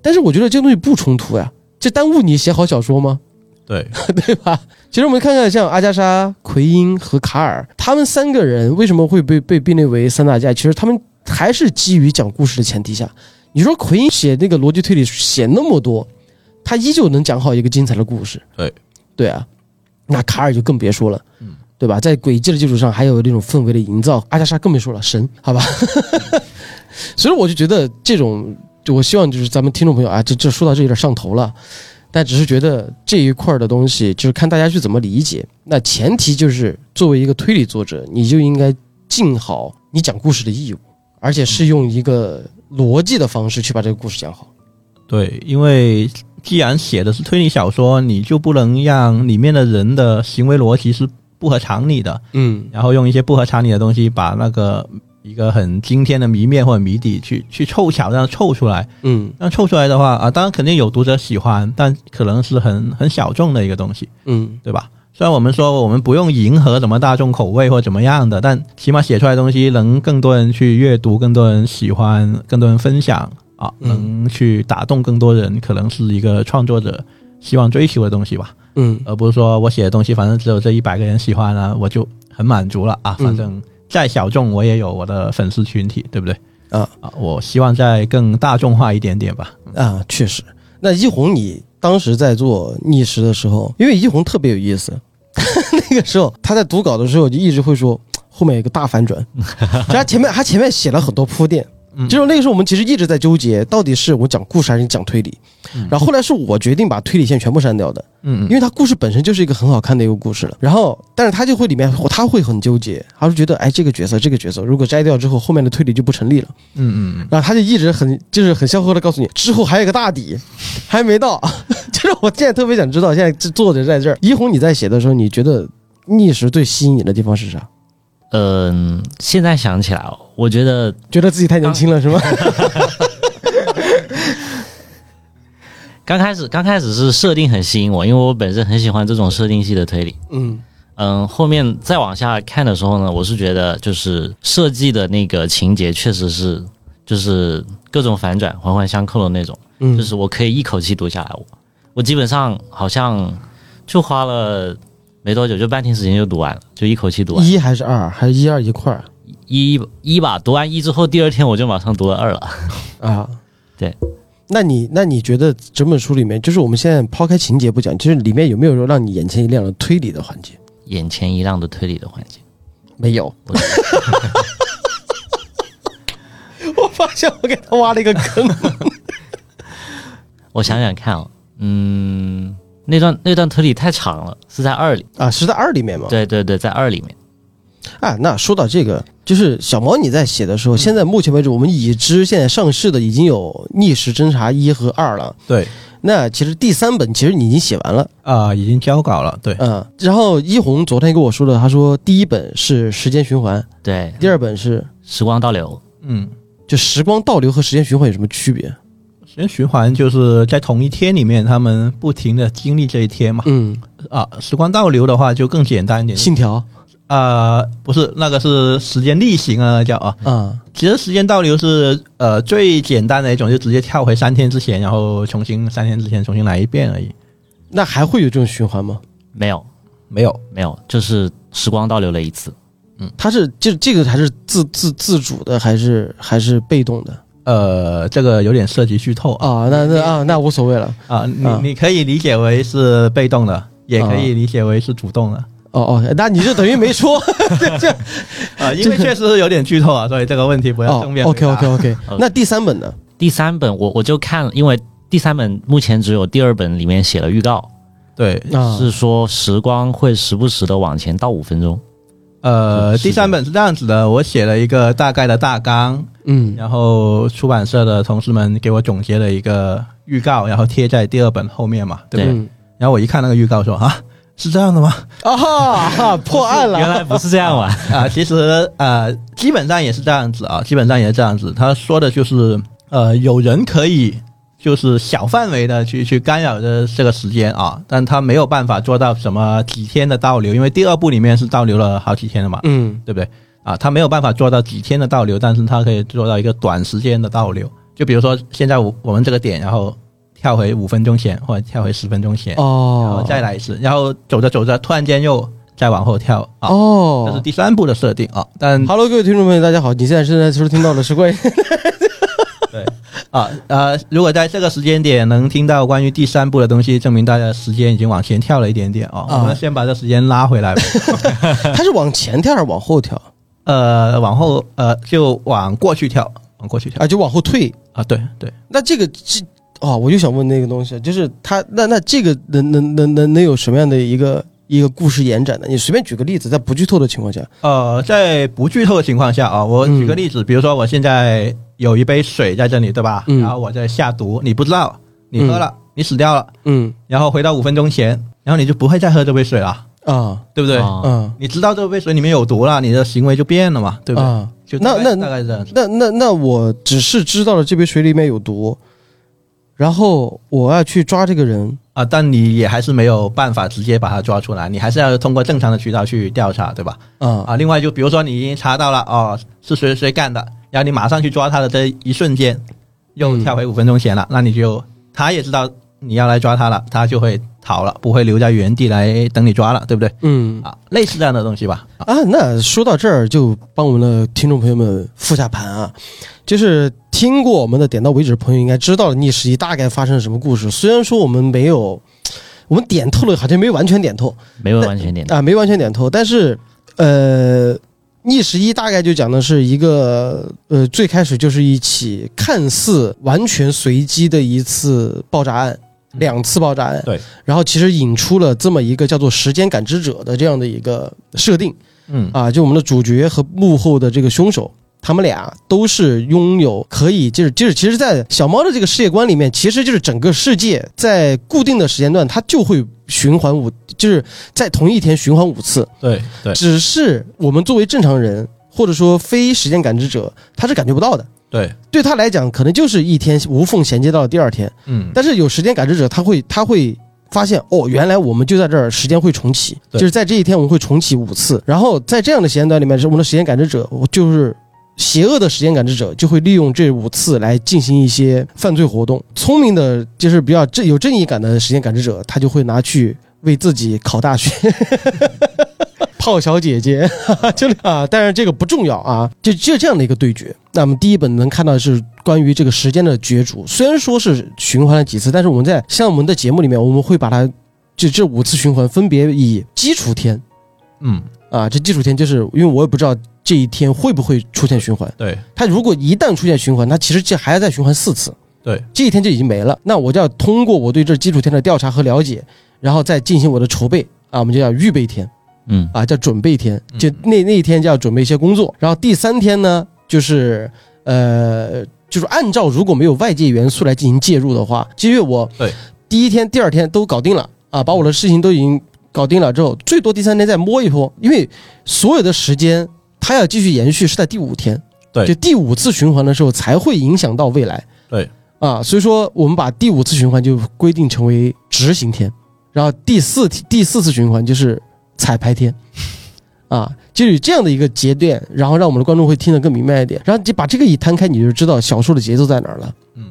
但是我觉得这东西不冲突呀，这耽误你写好小说吗？对， 对吧？其实我们看看像阿加莎、奎因和卡尔，他们三个人为什么会被被并列为三大家？其实他们还是基于讲故事的前提下。你说奎因写那个逻辑推理写那么多，他依旧能讲好一个精彩的故事。对，对啊，那卡尔就更别说了。对吧？在轨迹的基础上，还有那种氛围的营造，阿加莎更别说了，神，好吧？ 所以我就觉得这种，就我希望就是咱们听众朋友啊，这这说到这有点上头了，但只是觉得这一块儿的东西，就是看大家去怎么理解。那前提就是，作为一个推理作者，你就应该尽好你讲故事的义务，而且是用一个逻辑的方式去把这个故事讲好。对，因为既然写的是推理小说，你就不能让里面的人的行为逻辑是不合常理的，嗯然后用一些不合常理的东西把那个一个很惊天的谜面或者谜底去去凑巧让它凑出来。嗯那凑出来的话啊，当然肯定有读者喜欢，但可能是很很小众的一个东西，嗯对吧？虽然我们说我们不用迎合什么大众口味或怎么样的，但起码写出来的东西能更多人去阅读，更多人喜欢，更多人分享啊，嗯能去打动更多人，可能是一个创作者希望追求的东西吧，嗯而不是说我写的东西反正只有这一百个人喜欢了、我就很满足了啊，嗯反正再小众我也有我的粉丝群体，对不对？啊啊，我希望再更大众化一点点吧。啊，确实。那一红，你当时在做逆时的时候，因为一红特别有意思， 那个时候他在读稿的时候就一直会说后面有个大反 转，就他前面他前面写了很多铺垫。嗯就是那个时候，我们其实一直在纠结，到底是我讲故事还是讲推理。然后后来是我决定把推理线全部删掉的，嗯因为它故事本身就是一个很好看的一个故事了。然后，但是他就会里面他会很纠结，他会觉得，哎，这个角色这个角色如果摘掉之后，后面的推理就不成立了。嗯嗯，然后他就一直很就是很笑呵的告诉你，之后还有一个大底， 还没到。 就是我现在特别想知道，现在这作者在这儿，一红你在写的时候，你觉得逆时最吸引你的地方是啥？嗯，现在想起来哦，我觉得觉得自己太年轻了是吗？刚开始刚开始是设定很吸引我，因为我本身很喜欢这种设定系的推理。嗯嗯，后面再往下看的时候呢，我是觉得就是设计的那个情节确实是就是各种反转环环相扣的那种，嗯，就是我可以一口气读下来，我我基本上好像就花了没多久，就半天时间就读完了，就一口气读完一还是二，还是一二一块儿一一吧，读完一之后，第二天我就马上读了二了。啊？对。那你那你觉得整本书里面，就是我们现在抛开情节不讲，就是里面有没有说让你眼前一亮的推理的环节？眼前一亮的推理的环节，没有，我觉得 我发现我给他挖了一个坑。我想想看哦，嗯，那段那段推理太长了，是在二里，啊，是在二里面吗？对对对，在二里面。啊，那说到这个，就是小毛你在写的时候，现在目前为止，我们已知现在上市的已经有《逆时侦查一》和二了。对那其实第三本其实你已经写完了，啊、已经交稿了，对。嗯。然后一红昨天跟我说的，他说第一本是时间循环，对，第二本是时光倒流，嗯，就时光倒流和时间循环有什么区别？时间循环就是在同一天里面，他们不停的经历这一天嘛。嗯，啊，时光倒流的话就更简单一点。信条啊、不是那个是时间逆行啊，叫啊。啊，其实时间倒流是呃最简单的一种，就直接跳回三天之前，然后重新三天之前重新来一遍而已。那还会有这种循环吗？没有没有，没有，就是时光倒流了一次。它是这这个还是自自自主的，还是还是被动的呃，这个有点涉及剧透啊啊？那那啊，那无所谓了。啊，你啊你可以理解为是被动的，也可以理解为是主动的哦哦，那你这等于没 说啊，因这为确实是有点剧透啊，所以这个问题不 要哦正面。 OK OK。OK，嗯那第三本呢？第三本我我就看，因为第三本目前只有第二本里面写了预告，对，啊，是说时光会时不时的往前倒五分 钟。呃，是的第三本是这样子的，我写了一个大概的大纲，嗯然后出版社的同事们给我总结了一个预告，然后贴在第二本后面嘛，对不对？嗯然后我一看那个预告说啊，是这样的吗？啊哈哈，破案原了。来不是这样玩，啊，其实呃，基本上也是这样子啊，基本上也是这样子。他说的就是呃，有人可以就是小范围的去去干扰着这个时间啊，但他没有办法做到什么几天的倒流，因为第二部里面是倒流了好几天的嘛，嗯对不对？啊，他没有办法做到几天的倒流，但是他可以做到一个短时间的倒流。就比如说现在我我们这个点，然后跳回五分钟前或者跳回十分钟前，然后哦，再来一次，然后走着走着突然间又再往后跳啊。这是哦。第三部的设定啊， 但 Hello，各位听众朋友，大家好！你现在正在收听到的是关于 啊呃，如果在这个时间点能听到关于第三部的东西，证明大家的时间已经往前跳了一点点啊。啊我们先把这时间拉回 来吧，它是往前跳还是往后跳呃，往后呃就往过去跳，往过去跳啊？就往后退。啊，对对，那这个这哦，我就想问那个东西，就是它那那这个能能能能能有什么样的一个一个故事延展呢？你随便举个例子，在不剧透的情况下，呃，在不剧透的情况下啊，我举嗯个例子，比如说我现在有一杯水在这里，对吧？嗯然后我在下毒，你不知道，你喝了，你死掉了，嗯然后回到五分钟前，然后你就不会再喝这杯水了，啊对不对？啊啊你知道这杯水里面有毒了，你的行为就变了嘛，对不对？啊！就那大概那大概是这样子。那那那我只是知道了这杯水里面有毒，然后我要去抓这个人。啊，但你也还是没有办法直接把它抓出来，你还是要通过正常的渠道去调查，对吧？啊啊，另外就比如说你已经查到了哦，是谁谁干的，然后你马上去抓他的这一瞬间，又跳回五分钟前了，那你就他也知道你要来抓他了，他就会逃了，不会留在原地来等你抓了，对不对？嗯啊，类似这样的东西吧。啊啊，那说到这儿，就帮我们的听众朋友们复下盘啊，就是听过我们的点到为止的朋友应该知道了逆时一大概发生了什么故事。虽然说我们没有，我们点透了，好像没完全点透 没有完全点到。啊，没完全点透，但是呃。逆十一大概就讲的是一个，呃，最开始就是一起看似完全随机的一次爆炸案，两次爆炸案，对，然后其实引出了这么一个叫做时间感知者的这样的一个设定，嗯啊，就我们的主角和幕后的这个凶手，他们俩都是拥有可以，就是就是，其实，在小猫的这个世界观里面，其实就是整个世界在固定的时间段，它就会循环五，就是在同一天循环五次。对对只是我们作为正常人，或者说非时间感知者，他是感觉不到的。对，对他来讲，可能就是一天无缝衔接到第二天，嗯但是有时间感知者，他会他会发现哦，原来我们就在这儿，时间会重启，就对是在这一天我们会重启五次。然后在这样的时间段里面，是我们的时间感知者，我就是邪恶的时间感知者，就会利用这五次来进行一些犯罪活动。聪明的，就是比较正有正义感的时间感知者，他就会拿去为自己考大学。 泡小姐姐，就是啊，但是这个不重要啊，就就这样的一个对决。那么第一本能看到的是关于这个时间的角逐，虽然说是循环了几次，但是我们在像我们的节目里面，我们会把它就这五次循环分别以基础天嗯啊，这基础天就是因为我也不知道这一天会不会出现循环，对它如果一旦出现循环，它其实这还要再循环四次，对，这一天就已经没了。那我就要通过我对这基础天的调查和了解，然后再进行我的筹备啊，我们就叫预备天。嗯，啊，叫准备天，嗯就那那一天就要准备一些工作。然后第三天呢，就是呃，就是按照如果没有外界元素来进行介入的话，因为我对第一天、第二天都搞定了啊，把我的事情都已经搞定了之后，最多第三天再摸一摸，因为所有的时间它要继续延续是在第五天，对就第五次循环的时候才会影响到未来，对。啊，所以说我们把第五次循环就规定成为执行天，然后第四第四次循环就是彩排天，啊，就有这样的一个节点，然后让我们的观众会听得更明白一点，然后你把这个一摊开，你就知道小说的节奏在哪儿了。嗯，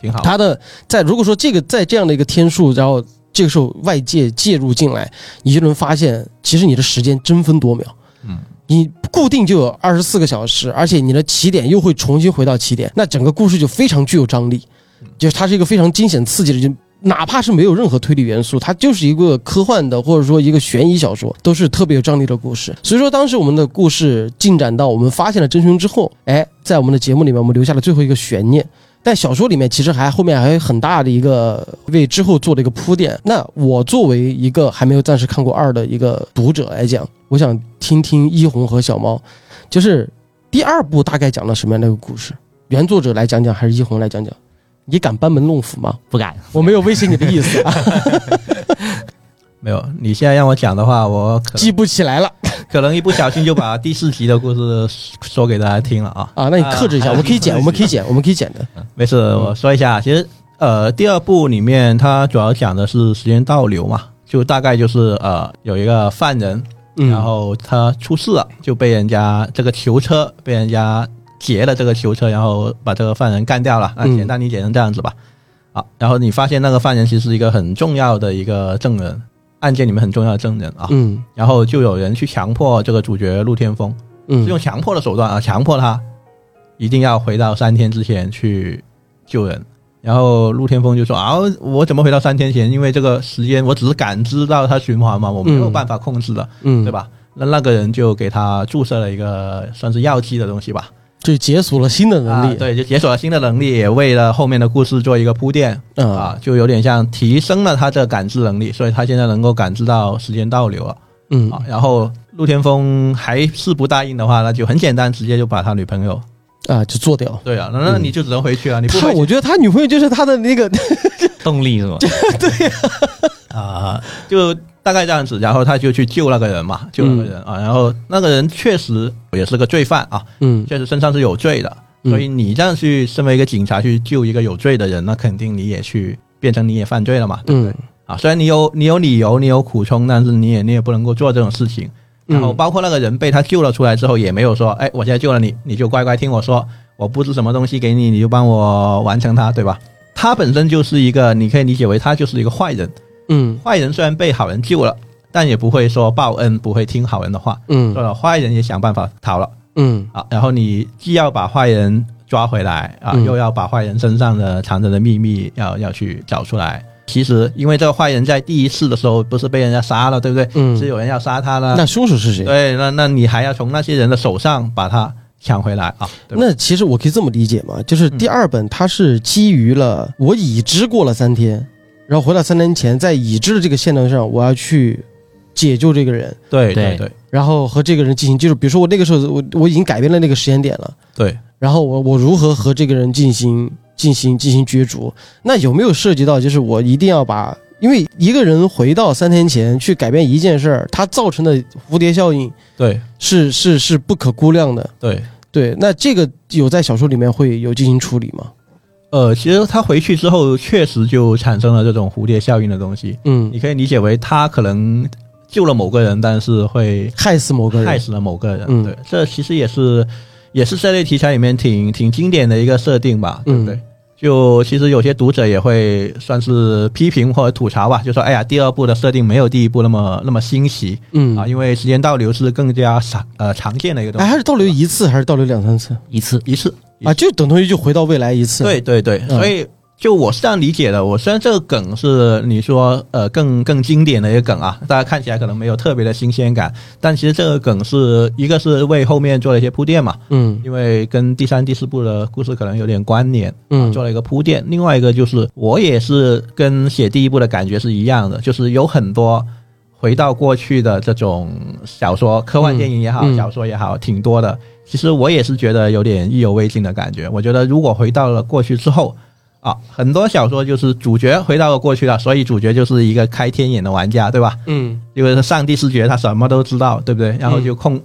挺好。它的在如果说这个在这样的一个天数，然后这个时候外界介入进来，你就能发现，其实你的时间争分夺秒。嗯，你固定就有二十四个小时，而且你的起点又会重新回到起点，那整个故事就非常具有张力，就是它是一个非常惊险刺激的，就哪怕是没有任何推理元素，它就是一个科幻的或者说一个悬疑小说，都是特别有张力的故事。所以说，当时我们的故事进展到我们发现了真凶之后，哎，在我们的节目里面，我们留下了最后一个悬念。但小说里面其实还后面还有很大的一个为之后做了一个铺垫。那我作为一个还没有暂时看过二的一个读者来讲，我想听听一红和小猫，就是第二部大概讲了什么样的一个故事？原作者来讲讲，还是一红来讲讲？你敢班门弄斧吗？不敢。我没有威胁你的意思 啊，没有，你现在让我讲的话，我可记能不起来了可能一不小心就把第四集的故事说给大家听了啊。啊。那你克制一下，啊我们可以剪，还我有们可以剪，我们可以剪的。没事，我说一下，其实呃，第二部里面它主要讲的是时间倒流嘛，就大概就是呃，有一个犯人，嗯，然后他出事了，就被人家这个囚车被人家劫了这个囚车，然后把这个犯人干掉了。那嗯简单理解成这样子吧。啊，然后你发现那个犯人其实是一个很重要的一个证人，案件里面很重要的证人啊。嗯然后就有人去强迫这个主角陆天风，是嗯用强迫的手段啊，强迫他一定要回到三天之前去救人。然后陆天风就说啊，我怎么回到三天前？因为这个时间我只是感知到它循环嘛，我没有嗯办法控制的，嗯，对？吧？那那个人就给他注射了一个算是药剂的东西吧，嗯这解锁了新的能啊，力，对，就解锁了新的能力，也为了后面的故事做一个铺垫啊啊，，就有点像提升了他的感知能力，所以他现在能够感知到时间倒流了。嗯啊，然后陆天风还是不答应的话，那就很简单，直接就把他女朋友。啊，就做掉。对啊，那那你就只能回去啊，你不他，回 我去觉得他女朋友嗯就是他的那个，动力是吗？啊，就大概这样子。然后他就去救那个人嗯嘛，救那个人啊。然后那个人确实也是个罪犯啊，嗯，确实身上是有罪的。所以你这样去，身为一个警察去救一个有罪的人，那肯定你也去变成你也犯罪了嘛，对不对？嗯啊，虽然你有你有理由，你有苦衷，但是你也你也不能够做这种事情。然后嗯包括那个人被他救了出来之后，也没有说，哎，我现在救了你，你就乖乖听我说，我布置什么东西给你，你就帮我完成它，对吧？他本身就是一个，你可以理解为他就是一个坏人。嗯坏人虽然被好人救了，但也不会说报恩，不会听好人的话，嗯做了坏人也想办法逃了嗯啊。然后你既要把坏人抓回来啊，嗯又要把坏人身上的藏着的秘密要要去找出来。其实，因为这个坏人在第一次的时候不是被人家杀了，对不对？嗯，是有人要杀他了，那凶手是谁？啊对，那那你还要从那些人的手上把它抢回来啊？对吧那其实我可以这么理解嘛，就是嗯第二本它是基于了我已知过了三天，然后回到三天前，在已知的这个线段上，我要去解救这个人，对对对对然后和这个人进行，就是比如说我那个时候我我已经改变了那个时间点了，对，然后我我如何和这个人进行进行进行角逐？那有没有涉及到就是我一定要把，因为一个人回到三天前去改变一件事儿，它造成的蝴蝶效应对是是是不可估量的。对。对，那这个有在小说里面会有进行处理吗？呃，其实他回去之后，确实就产生了这种蝴蝶效应的东西。嗯你，可以理解为他可能救了某个人，但是会害死某个害人。死了某个人。嗯对，这其实也是也是这类题材里面挺挺经典的一个设定吧，对不对？嗯就其实有些读者也会算是批评或者吐槽吧，就说哎呀，第二部的设定没有第一部那么那么新奇，嗯，啊，因为时间倒流是更加常呃常见的一个东哎，西，还是倒流一次还是倒流两三次一次一次啊？就等同于就回到未来一次。，对对对，嗯所以就我是这样理解的。我虽然这个梗是你说呃更更经典的一个梗啊，大家看起来可能没有特别的新鲜感，但其实这个梗是一个是为后面做了一些铺垫嘛，嗯因为跟第三、第四部的故事可能有点关联，嗯做了一个铺垫。另外一个就是我也是跟写第一部的感觉是一样的，就是有很多回到过去的这种小说、科幻电影也好，嗯嗯小说也好，挺多的。其实我也是觉得有点意犹未尽的感觉。我觉得如果回到了过去之后。啊，很多小说就是主角回到了过去了，所以主角就是一个开天眼的玩家，对吧？嗯因为他上帝视觉，他什么都知道，对不对？然后就控，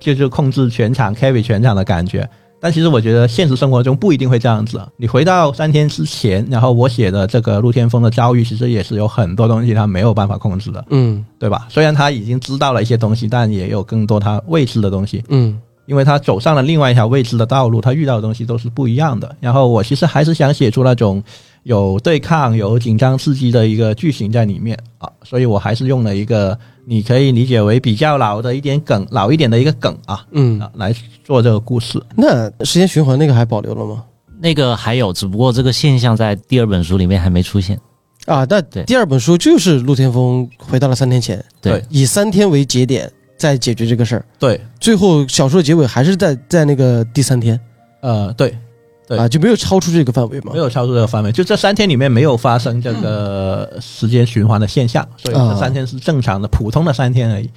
就就控制全场、carry 全场的感觉。但其实我觉得现实生活中不一定会这样子。你回到三天之前，然后我写的这个陆天峰的遭遇，其实也是有很多东西他没有办法控制的，嗯对吧？虽然他已经知道了一些东西，但也有更多他未知的东西。嗯因为他走上了另外一条未知的道路，他遇到的东西都是不一样的。然后我其实还是想写出那种有对抗、有紧张刺激的一个剧情在里面啊，所以我还是用了一个你可以理解为比较老的一点梗、老一点的一个梗啊嗯。啊来做这个故事。那时间循环那个还保留了吗？那个还有，只不过这个现象在第二本书里面还没出现。啊，那对第二本书就是陆天峰回到了三天前，对以三天为节点再解决这个事儿。对，最后小说的结尾还是在在那个第三天呃，对，对啊，就没有超出这个范围嘛没。有超出这个范围，就这三天里面没有发生这个时间循环的现象，所以这三天是正常的、普通的三天而已。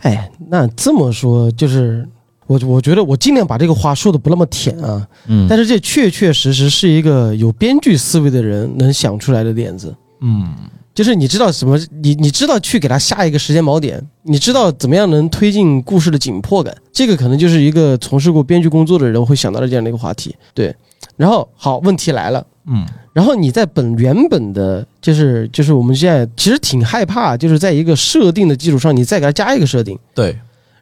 哎，那这么说就是我我觉得我尽量把这个话说的不那么舔啊，嗯，但是这确确实实是一个有编剧思维的人能想出来的点子。嗯，就是你知道什么，你你知道去给他下一个时间锚点，你知道怎么样能推进故事的紧迫感，这个可能就是一个从事过编剧工作的人会想到的这样的一个话题。对，然后好，问题来了。嗯，然后你在本原本的，就是就是我们现在其实挺害怕，就是在一个设定的基础上，你再给它加一个设定，对，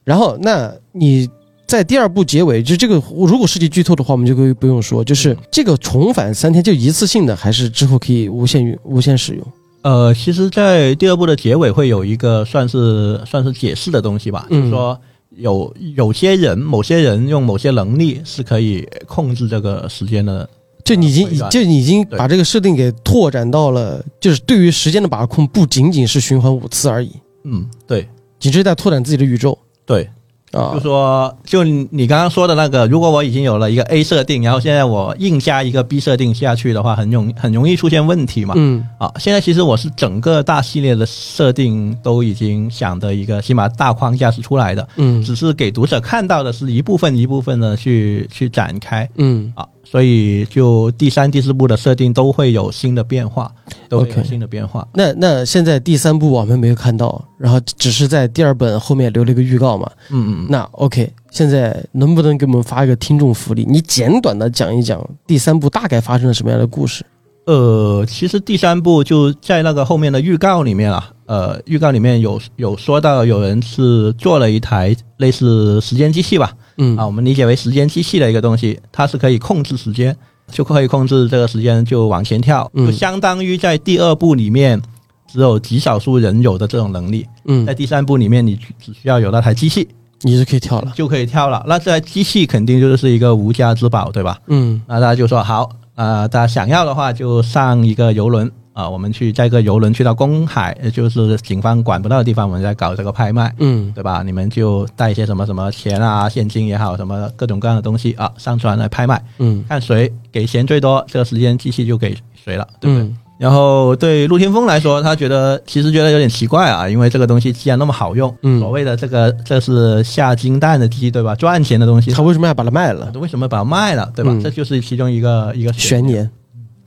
然后那你在第二部结尾，就这个如果涉及剧透的话，我们就可以不用说，嗯就是这个重返三天就一次性的，还是之后可以无限无限使用？呃，其实，在第二部的结尾会有一个算是算是解释的东西吧，嗯就是说有有些人、某些人用某些能力是可以控制这个时间的，就你已回经转就你已经把这个设定给拓展到了，就是对于时间的把控不仅仅是循环五次而已，嗯，对你这是在拓展自己的宇宙对，啊就。说就你刚刚说的那个，如果我已经有了一个 A 设定，然后现在我硬加一个 B 设定下去的话，很容很容易出现问题嘛，嗯啊，现在其实我是整个大系列的设定都已经想的一个起码大框架是出来的，嗯只是给读者看到的是一部分一部分的去去展开嗯，啊，所以就第三、第四部的设定都会有新的变化，都会有 OK 新的变化。那那现在第三部我们没有看到，然后只是在第二本后面留了一个预告嘛。嗯嗯嗯，那 OK，现在能不能给我们发一个听众福利？你简短的讲一讲第三部大概发生了什么样的故事？呃，其实第三部就在那个后面的预告里面啊，呃，预告里面有有说到有人是做了一台类似时间机器吧，嗯啊，我们理解为时间机器的一个东西，它是可以控制时间，就可以控制这个时间就往前跳，嗯就相当于在第二部里面只有极少数人有的这种能力，嗯在，第三部里面你只只需要有那台机器你就可以跳了。就可以跳了。那这台机器肯定就是一个无价之宝，对吧？嗯那大家就说好，呃，大家想要的话就上一个游轮啊、我们去载个游轮去到公海，也就是警方管不到的地方，我们再搞这个拍卖。嗯对吧？你们就带一些什么什么钱啊、现金也好，什么各种各样的东西啊，上船来拍卖，嗯，看谁给钱最多，这个时间机器就给谁了，对不对？嗯然后对陆天峰来说，他觉得其实觉得有点奇怪啊，因为这个东西既然那么好用，嗯所谓的这个这是下金蛋的鸡，对吧？赚钱的东西，他为什么要把它卖了？为什么把它卖了，对吧？嗯这就是其中一个一个选悬念。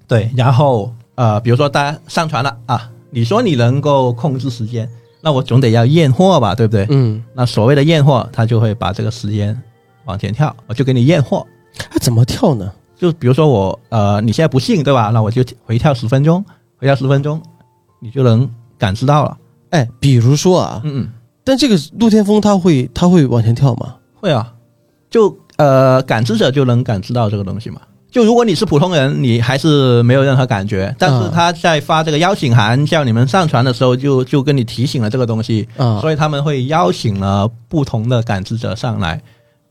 对，然后呃，比如说大家上船了啊，你说你能够控制时间，那我总得要验货吧，对不对？嗯，那所谓的验货，他就会把这个时间往前跳，我就给你验货。他哎怎么跳呢？就比如说我呃，你现在不信对吧？那我就回跳十分钟，回跳十分钟，你就能感知到了。哎，比如说啊，嗯嗯，但这个陆天风他会他会往前跳吗？会啊，就呃，感知者就能感知到这个东西嘛。就如果你是普通人，你还是没有任何感觉，但是嗯他在发这个邀请函叫你们上船的时候就，就跟你提醒了这个东西，啊所以他们会邀请了不同的感知者上来。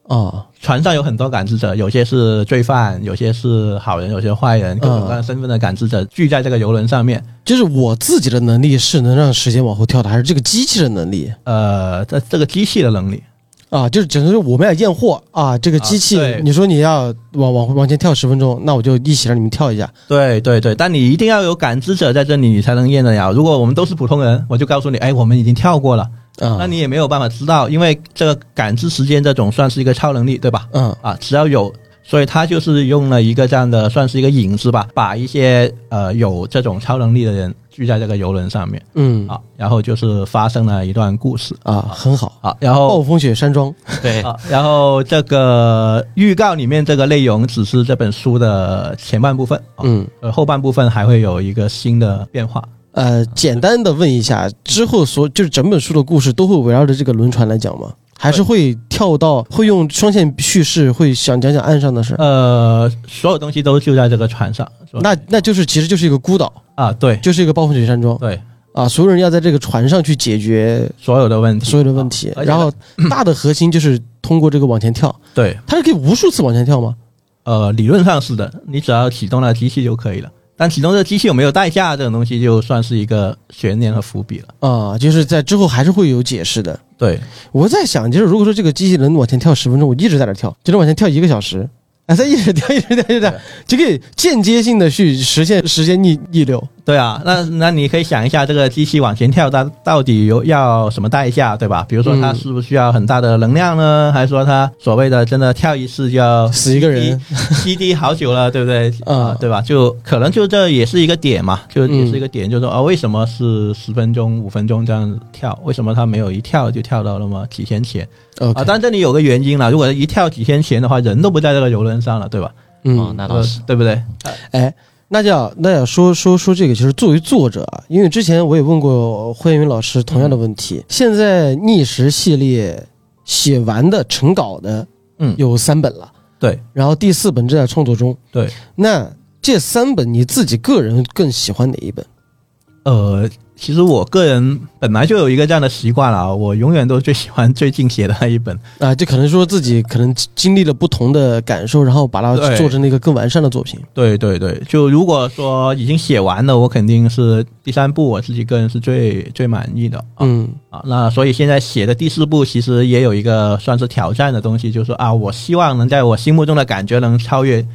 啊，船上有很多感知者，有些是罪犯，有些是好人，有些坏人，各种各样身份的感知者聚在这个游轮上面。就是我自己的能力是能让时间往后跳的，还是这个机器的能力呃，这这个机器的能力，啊？就是只能是我们俩验货啊，这个机器，啊对你说你要往往往前跳十分钟，那我就一起让你们跳一下。对对对，但你一定要有感知者在这里，你才能验得了。如果我们都是普通人，我就告诉你，哎，我们已经跳过了，啊，那你也没有办法知道，因为这个感知时间这种算是一个超能力，对吧？嗯啊，只要有，所以他就是用了一个这样的，算是一个引子吧，把一些呃有这种超能力的人聚在这个游轮上面嗯啊，然后就是发生了一段故事啊，很好，啊，然后暴风雪山庄对，啊，然后这个预告里面这个内容只是这本书的前半部分，啊、嗯。呃，后半部分还会有一个新的变化。呃，简单的问一下，之后所就是整本书的故事都会围绕着这个轮船来讲吗？还是会跳到会用双线叙事，会想讲讲岸上的事？呃，所有东西都就在这个船上。是吧那那就是其实就是一个孤岛，啊，对就是一个暴风雪山庄对，啊，所有人要在这个船上去解决所有的问题，所有的问题啊，而且然后大的核心就是通过这个往前跳，啊对，它是可以无数次往前跳吗？呃，理论上是的，你只要启动了机器就可以了。但启动这个机器有没有代价，这种东西就算是一个悬念和伏笔了。啊，就是在之后还是会有解释的。对，我在想，就是如果说这个机器能往前跳十分钟，我一直在那儿跳，就能往前跳一个小时，哎，它一直跳，一直跳，一直跳，就可以间接性的去实现时间逆逆流。对啊，那那你可以想一下，这个机器往前跳，它到底有要什么代价，对吧？比如说它嗯是不是需要很大的能量呢？还是说它所谓的真的跳一次就要死一个人吸低好久了，对不对？啊对吧？就可能就这也是一个点嘛，就也是一个点，就是说啊，为什么是十分钟、五分钟这样跳？为什么它没有一跳就跳到那么几天前啊？ ，OK，但这里有个原因了，如果一跳几天前的话，人都不在这个游轮上了，对吧？哦嗯，那倒是，呃对不对？哎，那就要那要说说说这个，就是作为作者啊，因为之前我也问过霍元云老师同样的问题，现在逆时系列写完的成稿的，嗯有三本了，对然后第四本正在创作中，对，那这三本你自己个人更喜欢哪一本？呃，其实我个人本来就有一个这样的习惯了啊，我永远都最喜欢最近写的那一本。 啊，就可能说自己可能经历了不同的感受，然后把它对做成了一个更完善的作品。对对对，就如果说已经写完了，我肯定是第三部，我自己个人是最最满意的啊、嗯啊。那所以现在写的第四部，其实也有一个算是挑战的东西，就是说啊，我希望能在我心目中的感觉能超越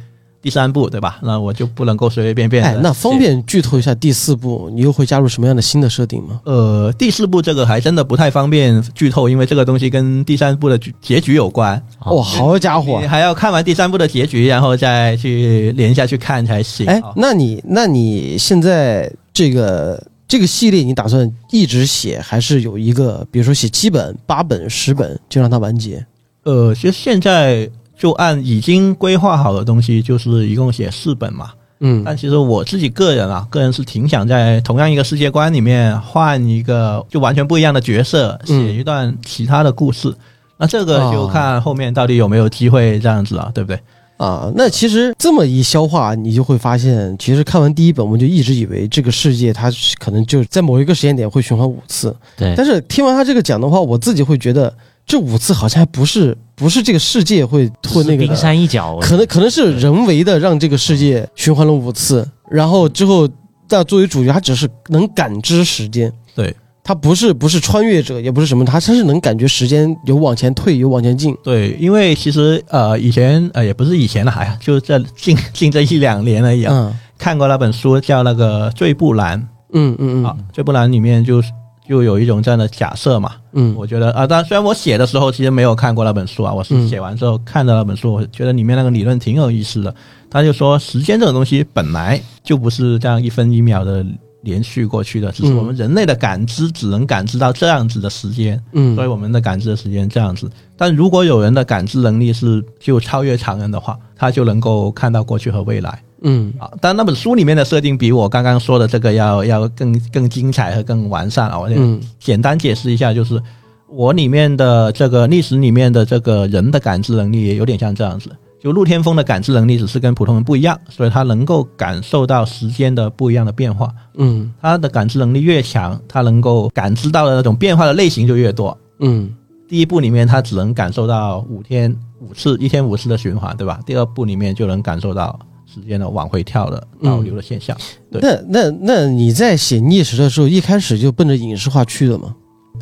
第三部，对吧？那我就不能够随随便便的。哎，那方。便剧透一下第四部，你又会加入什么样的新的设定吗？呃，第四部这个还真的不太方便剧透，因为这个东西跟第三部的剧结局有关。哦哇，好家伙你！还要看完第三部的结局，然后再去连下去看才行。哎啊，那你那你现在这个这个系列，你打算一直写，还是有一个，比如说写七本、八本、十本，就让它完结？呃，其实现在就按已经规划好的东西，就是一共写四本嘛。嗯但其实我自己个人啊，个人是挺想在同样一个世界观里面换一个就完全不一样的角色，嗯写一段其他的故事。那这个就哦看后面到底有没有机会这样子啊，对不对？啊，那其实这么一消化，你就会发现，其实看完第一本，我就一直以为这个世界它是可能就在某一个时间点会循环五次，对呃但，是听完他这个讲的话，我自己会觉得这五次好像还不是不是这个世界会会那个冰的，山一角，可能可能是人为的让这个世界循环了五次，然后之后但作为主角，他只是能感知时间，对他不是不是穿越者，也不是什么，他他是能感觉时间有往前退，有往前进。对，因为其实呃，以前呃也不是以前了，哎呀，就这近近这一两年而已啊。嗯看过那本书叫那个《醉不蓝》嗯嗯啊嗯， 《醉不蓝》里面就是就有一种这样的假设嘛。嗯我觉得啊，当然虽然我写的时候其实没有看过那本书啊，我是嗯写完之后看的那本书，我觉得里面那个理论挺有意思的。他就说，时间这种东西本来就不是这样一分一秒的连续过去的，只是我们人类的感知只能感知到这样子的时间，嗯所以我们的感知的时间这样子。但如果有人的感知能力是就超越常人的话，他就能够看到过去和未来。嗯啊，但那本书里面的设定比我刚刚说的这个要要更更精彩和更完善啊。我嗯简单解释一下，就是我里面的这个历史里面的这个人的感知能力也有点像这样子。就陆天风的感知能力只是跟普通人不一样，所以他能够感受到时间的不一样的变化。嗯他的感知能力越强，他能够感知到的那种变化的类型就越多。嗯第一部里面他只能感受到五天五次，一天五次的循环，对吧？第二部里面就能感受到时间的往回跳的嗯倒流的现象。对那那那你在写逆时的时候，一开始就奔着影视化去的吗？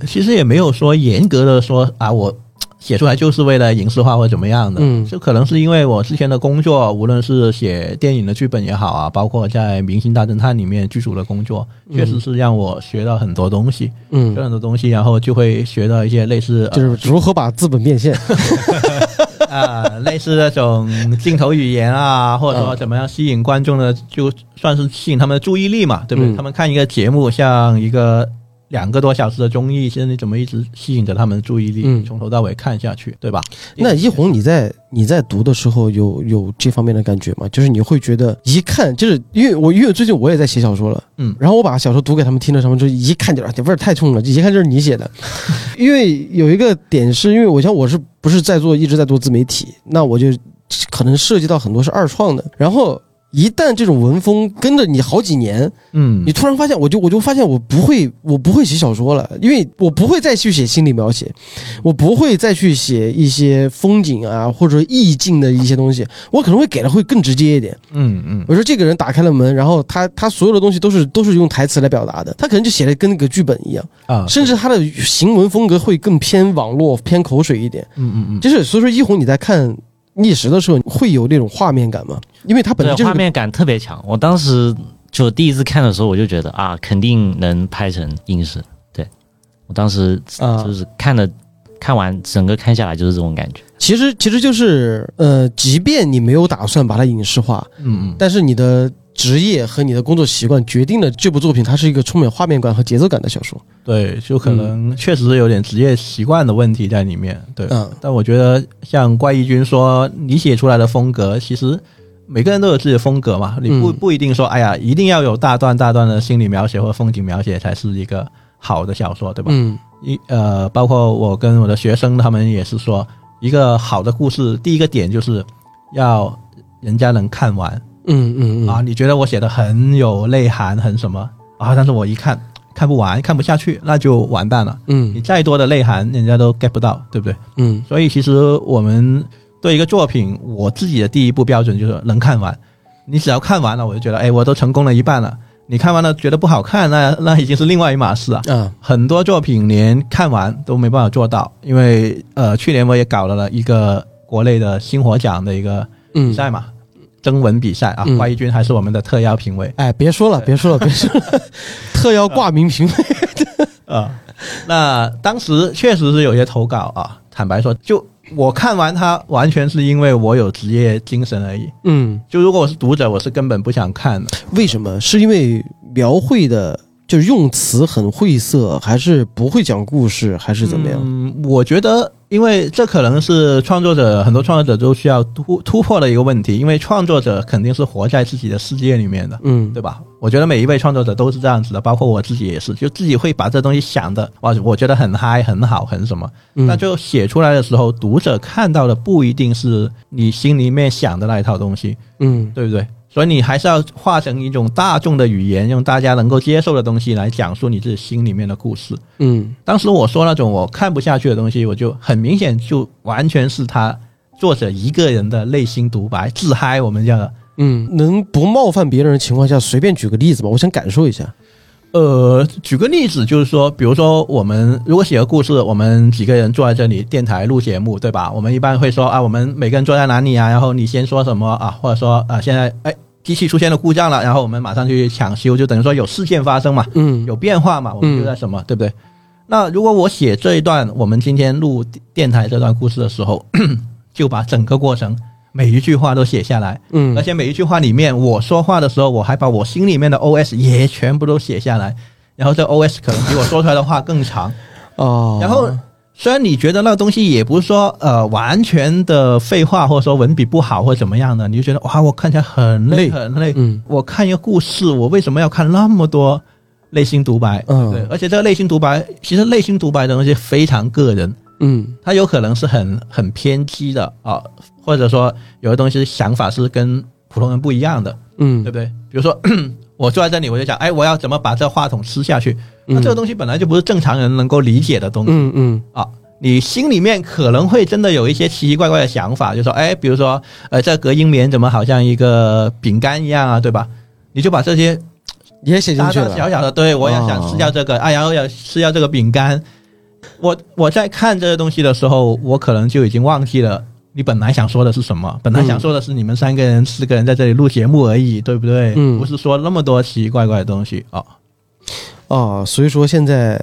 其实也没有说严格的说啊，我写出来就是为了影视化或者怎么样的。嗯就可能是因为我之前的工作，无论是写电影的剧本也好啊，包括在《明星大侦探》里面剧组的工作，确实是让我学到很多东西，嗯学到很多东西，然后就会学到一些类似、呃就是如何把资本变现。啊、类似那种镜头语言啊，或嗯者说怎么样吸引观众的，就算是吸引他们的注意力嘛，对不对？嗯他们看一个节目，像一个两个多小时的综艺，现在你怎么一直吸引着他们的注意力，嗯从头到尾看下去，对吧？那一红，你在你在读的时候有有这方面的感觉吗？就是你会觉得一看就是因为我因为最近我也在写小说了，嗯然后我把小说读给他们听了，他们就一看就啊，这味儿太冲了，一看就是你写的。 因为有一个点是因为我像我是不是在做一直在做自媒体，那我就可能涉及到很多是二创的，然后。一旦这种文风跟着你好几年，嗯你突然发现，我就我就发现我不会，我不会写小说了，因为我不会再去写心理描写，我不会再去写一些风景啊或者意境的一些东西，我可能会给的会更直接一点。嗯嗯我说这个人打开了门，然后他他所有的东西都是都是用台词来表达的，他可能就写的跟那个剧本一样，啊，甚至他的行文风格会更偏网络、偏口水一点。嗯嗯嗯，就是所以说，一红你在看逆时的时候会有那种画面感吗？因为他本对身就是画个面感特别强。我当时就第一次看的时候，我就觉得啊，肯定能拍成影视。对我当时啊就是看了、看完整个看下来就是这种感觉。其实其实就是呃，即便你没有打算把它影视化，嗯嗯但是你的职业和你的工作习惯决定了这部作品它是一个充满画面感和节奏感的小说。对，就嗯可能确实有点职业习惯的问题在里面，对。嗯但我觉得像怪异君说，你写出来的风格，其实每个人都有自己的风格嘛，你不嗯不一定说，哎呀，一定要有大段大段的心理描写或风景描写才是一个好的小说，对吧？嗯一呃，包括我跟我的学生他们也是说，一个好的故事，第一个点就是要人家能看完嗯嗯啊。嗯你觉得我写的很有内涵，很什么啊？但是我一看看不完，看不下去，那就完蛋了。你嗯再多的内涵，人家都 get 不到，对不对？嗯所以其实我们对一个作品，我自己的第一步标准就是能看完。你只要看完了，我就觉得，哎，我都成功了一半了。你看完了觉得不好看，那 那已经是另外一码事啊。啊很多作品连看完都没办法做到，因为呃，去年我也搞了一个国内的星火奖的一个比嗯。赛嘛，征文比赛啊，嗯怪异君还是我们的特邀评委。哎，别说了，别说了，别说 了，特邀挂名评委。啊、那当时确实是有些投稿啊，坦白说，就我看完它，完全是因为我有职业精神而已。 嗯，就如果我是读者，我是根本不想看的。为什么？是因为描绘的就是用词很晦涩，还是不会讲故事，还是怎么样？嗯，我觉得，因为这可能是创作者很多创作者都需要突突破的一个问题，因为创作者肯定是活在自己的世界里面的。嗯对吧？我觉得每一位创作者都是这样子的，包括我自己也是，就自己会把这东西想的，哇，我觉得很嗨、很好、很什么，嗯那就写出来的时候，读者看到的不一定是你心里面想的那一套东西，嗯对不对？所以你还是要化成一种大众的语言，用大家能够接受的东西来讲述你自己心里面的故事。嗯当时我说那种我看不下去的东西，我就很明显就完全是他作者一个人的内心独白，自嗨，我们叫的。嗯，能不冒犯别人的情况下，随便举个例子吗？我想感受一下。呃，举个例子，就是说，比如说我们如果写个故事，我们几个人坐在这里电台录节目，对吧？我们一般会说啊，我们每个人坐在哪里啊，然后你先说什么啊，或者说啊，现在哎机器出现了故障了，然后我们马上去抢修，就等于说有事件发生嘛，嗯有变化嘛，我们就在什么，对不对？那如果我写这一段，我们今天录电台这段故事的时候，就把整个过程每一句话都写下来，嗯而且每一句话里面，我说话的时候，我还把我心里面的 OS 也全部都写下来，然后这 OS 可能比我说出来的话更长。哦，然后虽然你觉得那东西也不是说呃完全的废话，或者说文笔不好或怎么样的，你就觉得哇，我看起来很累累很累。嗯我看一个故事，我为什么要看那么多内心独白？嗯对，而且这个内心独白，其实内心独白的东西非常个人，嗯它有可能是很很偏激的啊，或者说有的东西想法是跟普通人不一样的，嗯对不对？比如说 我坐在这里，我就想，哎，我要怎么把这话筒吃下去？那嗯这个东西本来就不是正常人能够理解的东西、嗯嗯啊。你心里面可能会真的有一些奇奇怪怪的想法，就说，哎，比如说，呃，这隔音棉怎么好像一个饼干一样啊，对吧？你就把这些也写进大去大了。哦小小的，对我也想吃掉这个，啊，然后要吃掉这个饼干。我我在看这个东西的时候，我可能就已经忘记了你本来想说的是什么。本来想说的是你们三个人、四个人在这里录节目而已，对不对？嗯不是哦说那么多奇奇怪怪的东西啊、哦，所以说现在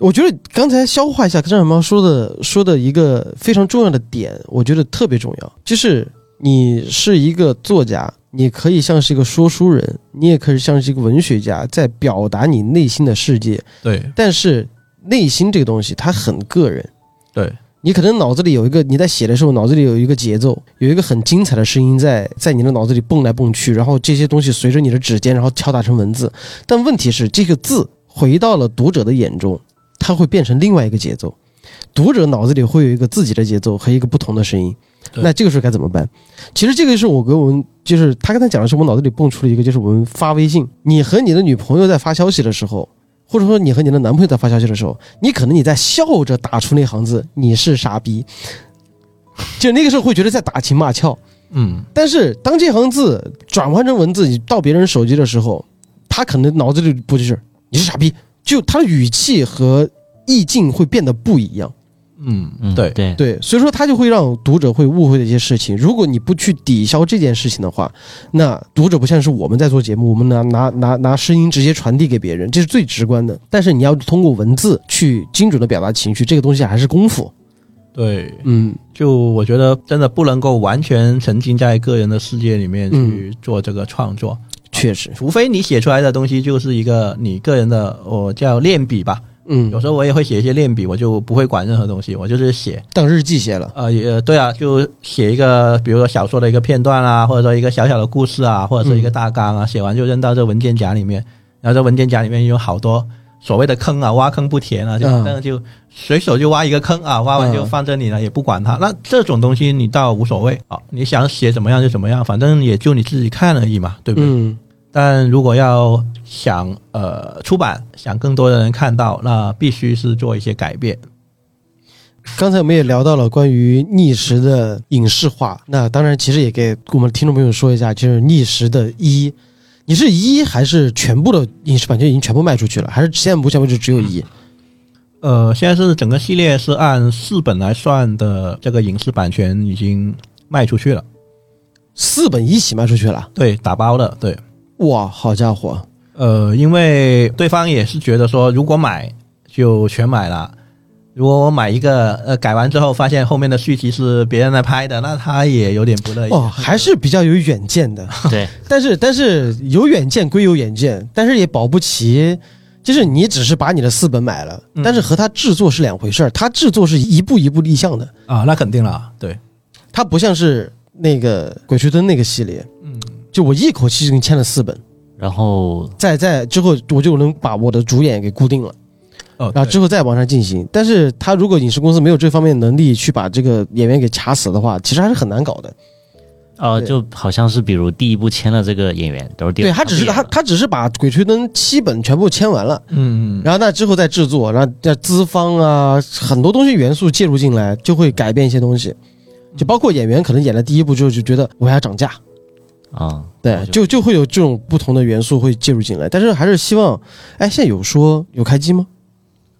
我觉得刚才消化一下张小猫说的说的一个非常重要的点，我觉得特别重要，就是你是一个作家，你可以像是一个说书人，你也可以像是一个文学家，在表达你内心的世界。对但是内心这个东西，它很个人。对你可能脑子里有一个，你在写的时候，脑子里有一个节奏，有一个很精彩的声音在在你的脑子里蹦来蹦去，然后这些东西随着你的指尖，然后敲打成文字。但问题是，这个字回到了读者的眼中，它会变成另外一个节奏。读者脑子里会有一个自己的节奏和一个不同的声音，对那这个时候该怎么办？其实这个是我跟我们，就是他刚才讲的是我脑子里蹦出了一个，就是我们发微信，你和你的女朋友在发消息的时候，或者说你和你的男朋友在发消息的时候，你可能你在笑着打出那行字“你是傻逼”，就那个时候会觉得在打情骂俏。嗯但是当这行字转换成文字你到别人手机的时候，他可能脑子里不就是“你是傻逼”，就他的语气和意境会变得不一样。嗯嗯，对对对，所以说他就会让读者会误会的一些事情。如果你不去抵消这件事情的话，那读者不像是我们在做节目，我们拿拿拿拿声音直接传递给别人，这是最直观的。但是你要通过文字去精准的表达情绪，这个东西还是功夫。对，嗯，就我觉得真的不能够完全沉浸在个人的世界里面去做这个创作，确实，除非你写出来的东西就是一个你个人的，我叫练笔吧。嗯有，时候我也会写一些练笔，我就不会管任何东西，我就是写，当日记写了，呃，也对啊，就写一个，比如说小说的一个片段啊，或者说一个小小的故事啊，或者是一个嗯大纲啊，写完就扔到这文件夹里面，然后这文件夹里面有好多所谓的坑啊，挖坑不填啊，就嗯反正就随手就挖一个坑啊，挖完就嗯放这里了，也不管它。那这种东西你倒无所谓啊，你想写怎么样就怎么样，反正也就你自己看而已嘛，对不对？嗯，但如果要想呃出版，想更多的人看到，那必须是做一些改变。 刚才我们也聊到了关于逆时的影视化，那当然其实也给我们听众朋友说一下，就是逆时的一，你是一还是全部的影视版权已经全部卖出去了，还是现在目前为止只有嗯一？呃，现在是整个系列是按四本来算的，这个影视版权已经卖出去了，四本一起卖出去了，对，打包了，对。哇，好家伙，呃，因为对方也是觉得说，如果买就全买了。如果我买一个，呃，改完之后发现后面的续集是别人来拍的，那他也哎有点不乐意。哦，还是比较有远见 的。对，但是但是有远见归有远见，但是也保不齐，就是你只是把你的四本买了，嗯但是和他制作是两回事儿，他制作是一步一步立项的，啊，那肯定了，对，他不像是那个鬼吹灯那个系列，嗯，就我一口气就给你签了四本，然后在在之后我就能把我的主演给固定了，哦，然后对之后再往上进行。但是他如果影视公司没有这方面能力去把这个演员给卡死的话，其实还是很难搞的。呃，对就好像是比如第一部签了这个演员，都是第二对他只是不演他了他只是把《鬼吹灯》七本全部签完了，嗯，然后那之后再制作，然后再资方啊，很多东西元素介入进来，就会改变一些东西，就包括演员可能演了第一部之后就觉得我要涨价，啊，对，就就会有这种不同的元素会介入进来，但是还是希望，哎，现在有说有开机吗？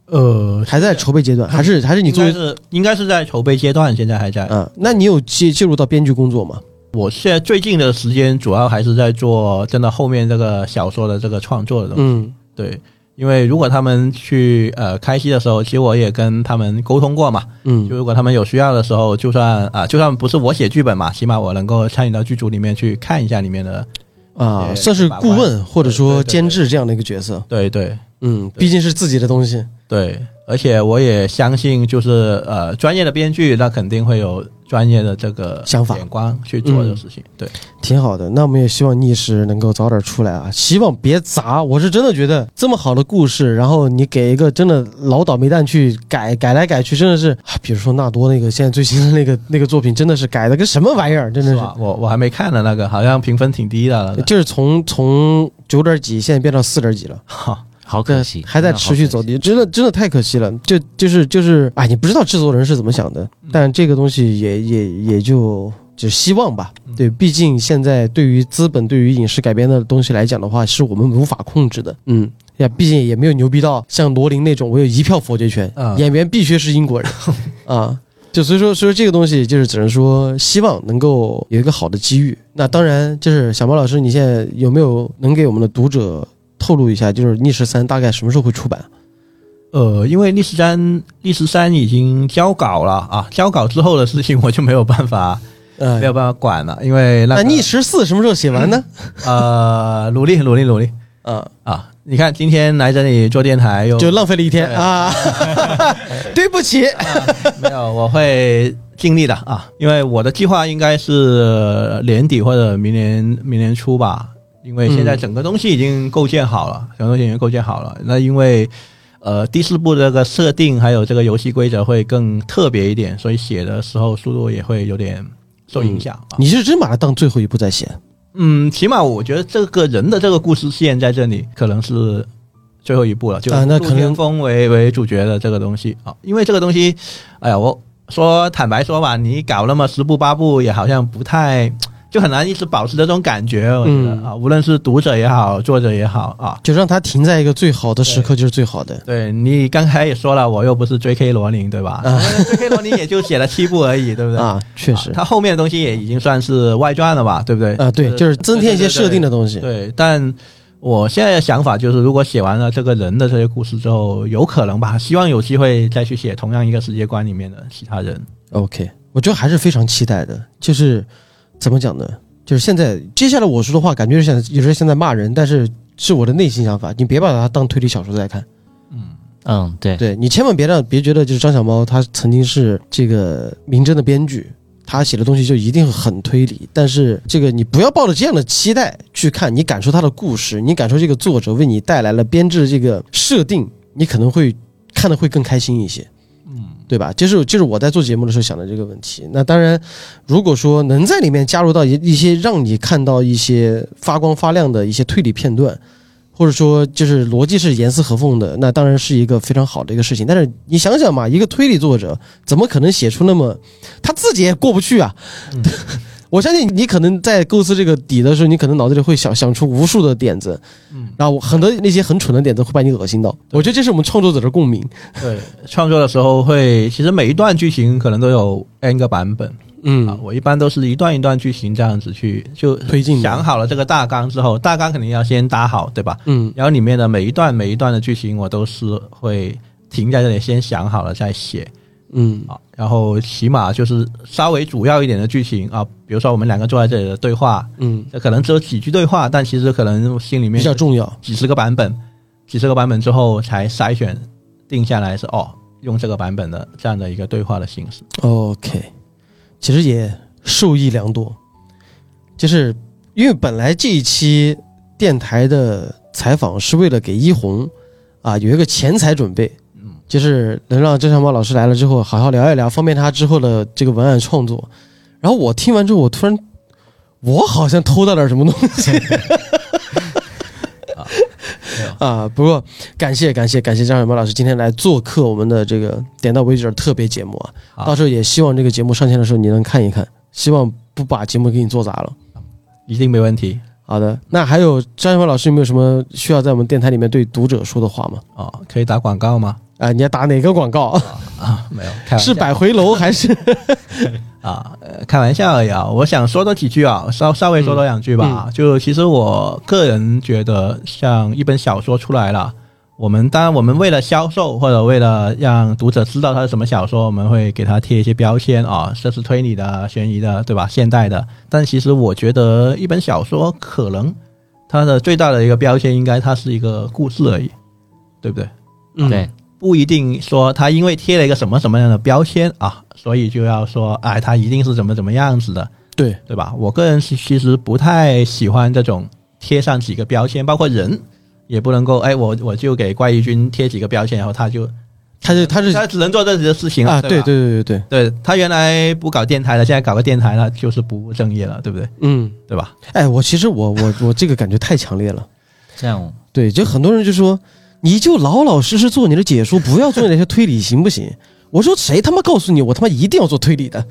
呃，还在筹备阶段，还是还是你应作该为是应该是在筹备阶段，现在还在。啊？那你有介介入到编剧工作吗？我现在最近的时间主要还是在做真的后面这个小说的这个创作的东西。嗯对，因为如果他们去呃开戏的时候，其实我也跟他们沟通过嘛。就嗯如果他们有需要的时候，就算啊、就算不是我写剧本嘛，起码我能够参与到剧组里面去看一下里面的。啊，也算是顾问或者说对对对监制这样的一个角色，对对嗯，毕竟是自己的东西，对，而且我也相信，就是呃专业的编剧，那肯定会有专业的这个想法嗯眼光去做这个事情。对。挺好的。那我们也希望逆时能够早点出来啊，希望别砸。我是真的觉得这么好的故事，然后你给一个真的老倒霉蛋去改改来改去，真的是，啊比如说纳多那个现在最新的那个 那个作品，真的是改的跟什么玩意儿，真的是啊是。吧？我我还没看呢，那个好像评分挺低的了。就是从从九点几现在变到四点几了，哈，好对可惜，，还在持续走真低，真的真的太可惜了。就就是就是，哎，你不知道制作人是怎么想的，嗯但这个东西也也也就就希望吧。嗯对，毕竟现在对于资本对于影视改编的东西来讲的话，是我们无法控制的。嗯，呀，毕竟也没有牛逼到像罗琳那种，我有一票否决权，啊演员必须是英 国人啊。就所以说，所以说这个东西就是只能说希望能够有一个好的机遇。那当然，就是小毛老师，你现在有没有能给我们的读者透露一下，就是《逆时三》大概什么时候会出版？呃，因为历史三历史三已经交稿了啊，交稿之后的事情我就没有办 法嗯没有办法管了，因为哎那那个逆十四什么时候写完呢？呃努力努力努力啊，啊！你看今天来这里做电台又就浪费了一天对嗯啊， 对不起， 没有，我会尽力的啊，因为我的计划应该是年底或者明年明年初吧，因为现在嗯整个东西已经构建好了，整个东西已经构建好了。那因为呃第四部这个设定还有这个游戏规则会更特别一点，所以写的时候速度也会有点受影响啊。你是真把它当最后一步在写，嗯，起码我觉得这个人的这个故事线在这里可能是最后一步了，就嗯啊那陆可能天风为为主角的这个东西啊，因为这个东西，哎呀，我说坦白说吧，你搞那么十部八部也好像不太，就很难一直保持这种感觉，我觉得、嗯啊，无论是读者也好，作者也好啊。就让它停在一个最好的时刻就是最好的。对你刚才也说了，我又不是 J.K. 罗琳，对吧、啊 j k 罗琳也就写了七部而已，对不对？啊，确实啊，他后面的东西也已经算是外传了吧，对不对？啊，对，就是增添一些设定的东西。对，但我现在的想法就是，如果写完了这个人的这些故事之后，有可能吧，希望有机会再去写同样一个世界观里面的其他人。 OK，我觉得还是非常期待的。就是怎么讲呢？就是现在接下来我说的话，感觉是现在有时候现在骂人，但是是我的内心想法。你别把它当推理小说在看，嗯，对，对你千万别让别觉得就是张小猫他曾经是这个名侦的编剧，他写的东西就一定很推理。但是这个你不要抱着这样的期待去看，你感受他的故事，你感受这个作者为你带来了编制这个设定，你可能会看的会更开心一些。对吧？这是这是我在做节目的时候想的这个问题。那当然，如果说能在里面加入到一一些让你看到一些发光发亮的一些推理片段，或者说就是逻辑是严丝合缝的，那当然是一个非常好的一个事情。但是你想想嘛，一个推理作者怎么可能写出那么他自己也过不去啊？ 我相信你可能在构思这个底的时候，你可能脑子里会想想出无数的点子，嗯，然后很多那些很蠢的点子会把你恶心到。我觉得这是我们创作者的共鸣。对，创作的时候会，其实每一段剧情可能都有 N 个版本、嗯啊，我一般都是一段一段剧情这样子去就推进的想好了这个大纲之后，大纲肯定要先搭好，对吧？嗯然后里面的每一段每一段的剧情，我都是会停在这里，先想好了再写。嗯啊，然后起码就是稍微主要一点的剧情啊，比如说我们两个坐在这里的对话，嗯，这可能只有几句对话，但其实可能心里比面较重要。几十个版本，几十个版本之后才筛选定下来是哦，用这个版本的这样的一个对话的形式。 OK，其实也受益良多，就是因为本来这一期电台的采访是为了给一红啊有一个前采准备，嗯，就是能让郑小猫老师来了之后好好聊一聊，方便他之后的这个文案创作。然后我听完之后，我突然我好像偷到点什么东西啊！不过感谢感谢感谢张小猫老师今天来做客我们的这个点到为止的特别节目啊！好到时候也希望这个节目上线的时候你能看一看，希望不把节目给你做砸了。一定没问题好的，那还有张小猫老师有没有什么需要在我们电台里面对读者说的话吗？哦，可以打广告吗？啊，你要打哪个广告？啊，没有，开玩是笑百回楼还是？啊、呃开玩笑而已啊。我想说多几句啊，稍稍微说多两句吧。就其实我个人觉得，像一本小说出来了，我们当然我们为了销售或者为了让读者知道它是什么小说，我们会给它贴一些标签啊，这是推理的、悬疑的，对吧？现代的。但其实我觉得，一本小说可能它的最大的一个标签，应该它是一个故事而已，对不对？嗯对，不一定说他因为贴了一个什么什么样的标签啊，所以就要说哎，他一定是怎么怎么样子的，对，对吧？我个人其其实不太喜欢这种贴上几个标签，包括人也不能够哎，我我就给怪异君贴几个标签，然后他就他是他是他只能做这些事情了啊，对对吧对对对对，对，他原来不搞电台了，现在搞个电台了，就是不务正业了，对不对？嗯，对吧？哎，我其实我我 我这个感觉太强烈了，这样对，就很多人就说，你就老老实实做你的解说，不要做那些推理，行不行？我说谁他妈告诉你，我他妈一定要做推理的？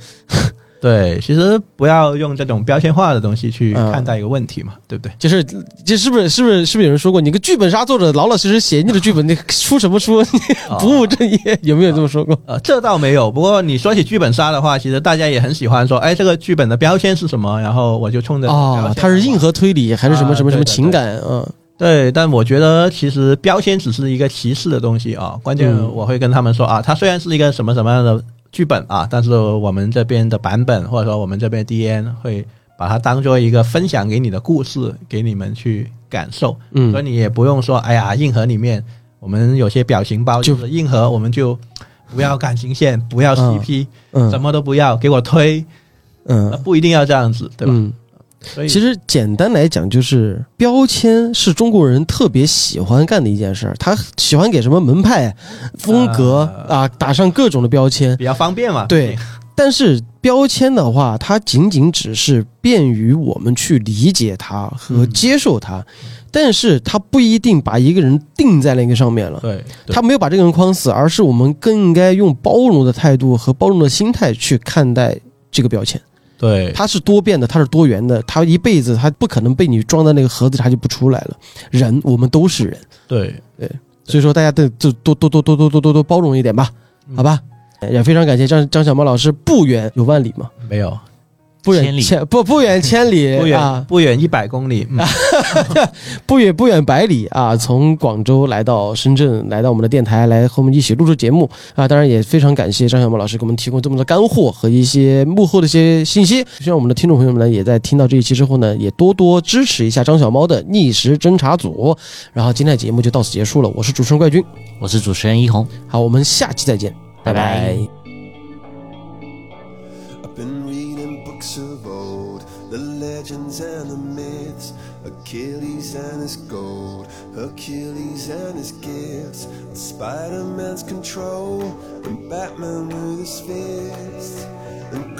对，其实不要用这种标签化的东西去嗯看待一个问题嘛，对不对？就是这是不是是不是是不是有人说过，你个剧本杀作者老老实实写你的剧本，你出什么书 哦不务正业？有没有这么说过？呃，这倒没有。不过你说起剧本杀的话，其实大家也很喜欢说，哎，这个剧本的标签是什么？然后我就冲着啊，它啊他是硬核推理还是什么什么什么情感？嗯，对，但我觉得其实标签只是一个歧视的东西啊，关键嗯我会跟他们说啊，它虽然是一个什么什么样的剧本啊，但是我们这边的版本或者说我们这边 DN 会把它当做一个分享给你的故事，给你们去感受，所以嗯，你也不用说哎呀，硬核里面我们有些表情包就就是硬核，我们就不要感情线，不要 CP，、什嗯么都不要，给我推，嗯，不一定要这样子，对吧？嗯，所以其实简单来讲，就是标签是中国人特别喜欢干的一件事儿，他喜欢给什么门派、风格呃啊打上各种的标签。比较方便嘛，对，但是标签的话，它仅仅只是便于我们去理解它和嗯接受它，但是它不一定把一个人定在那个上面了。对，对他没有把这个人框死，而是我们更应该用包容的态度和包容的心态去看待这个标签。对它是多变的，它是多元的，它一辈子它不可能被你装在那个盒子里，它就不出来了。人，我们都是人，对。所以说大家都就多多多多多多多多包容一点吧，嗯好吧？也非常感谢张张小猫老师，不远有万里嘛，没有，不远千里不不远千里 不远、啊，不远一百公里，嗯、不远不远百里啊，从广州来到深圳，来到我们的电台，来和我们一起录制节目啊。当然也非常感谢张小毛老师给我们提供这么多干货和一些幕后的一些信息。希望我们的听众朋友们呢，也在听到这一期之后呢，也多多支持一下张小猫的逆时侦查组。然后今天的节目就到此结束了，我是主持人怪军，我是主持人一红，好，我们下期再见，拜拜拜拜 I've been reading books of old, the legends and the myths, Achilles and his gold, Hercules and his gifts, and Spider-Man's control, and Batman with his fists. And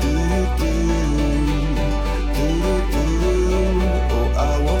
do do. Oh, I want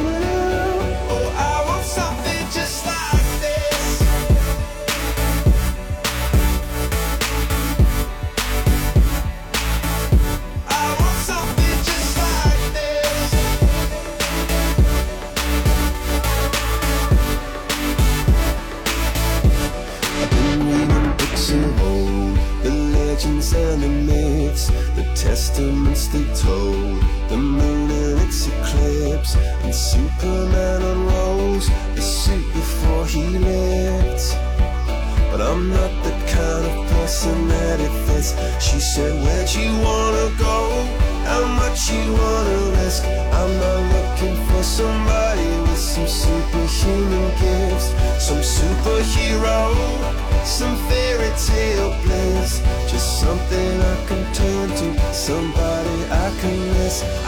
Oh, I want something just like this. I want something just like this. been reading books of old, the legends and the myths, the testaments they told, the moon and its eclipse, and Superman unrolls the suit before he lived. But I'm not the kind of person that it fits. She said, Where'd you wanna go? How much you wanna risk? I'm not looking for somebody with some superhuman gifts, some superhero, some fairy tale bliss. Just something I can turn to, somebody I can miss. I Oh,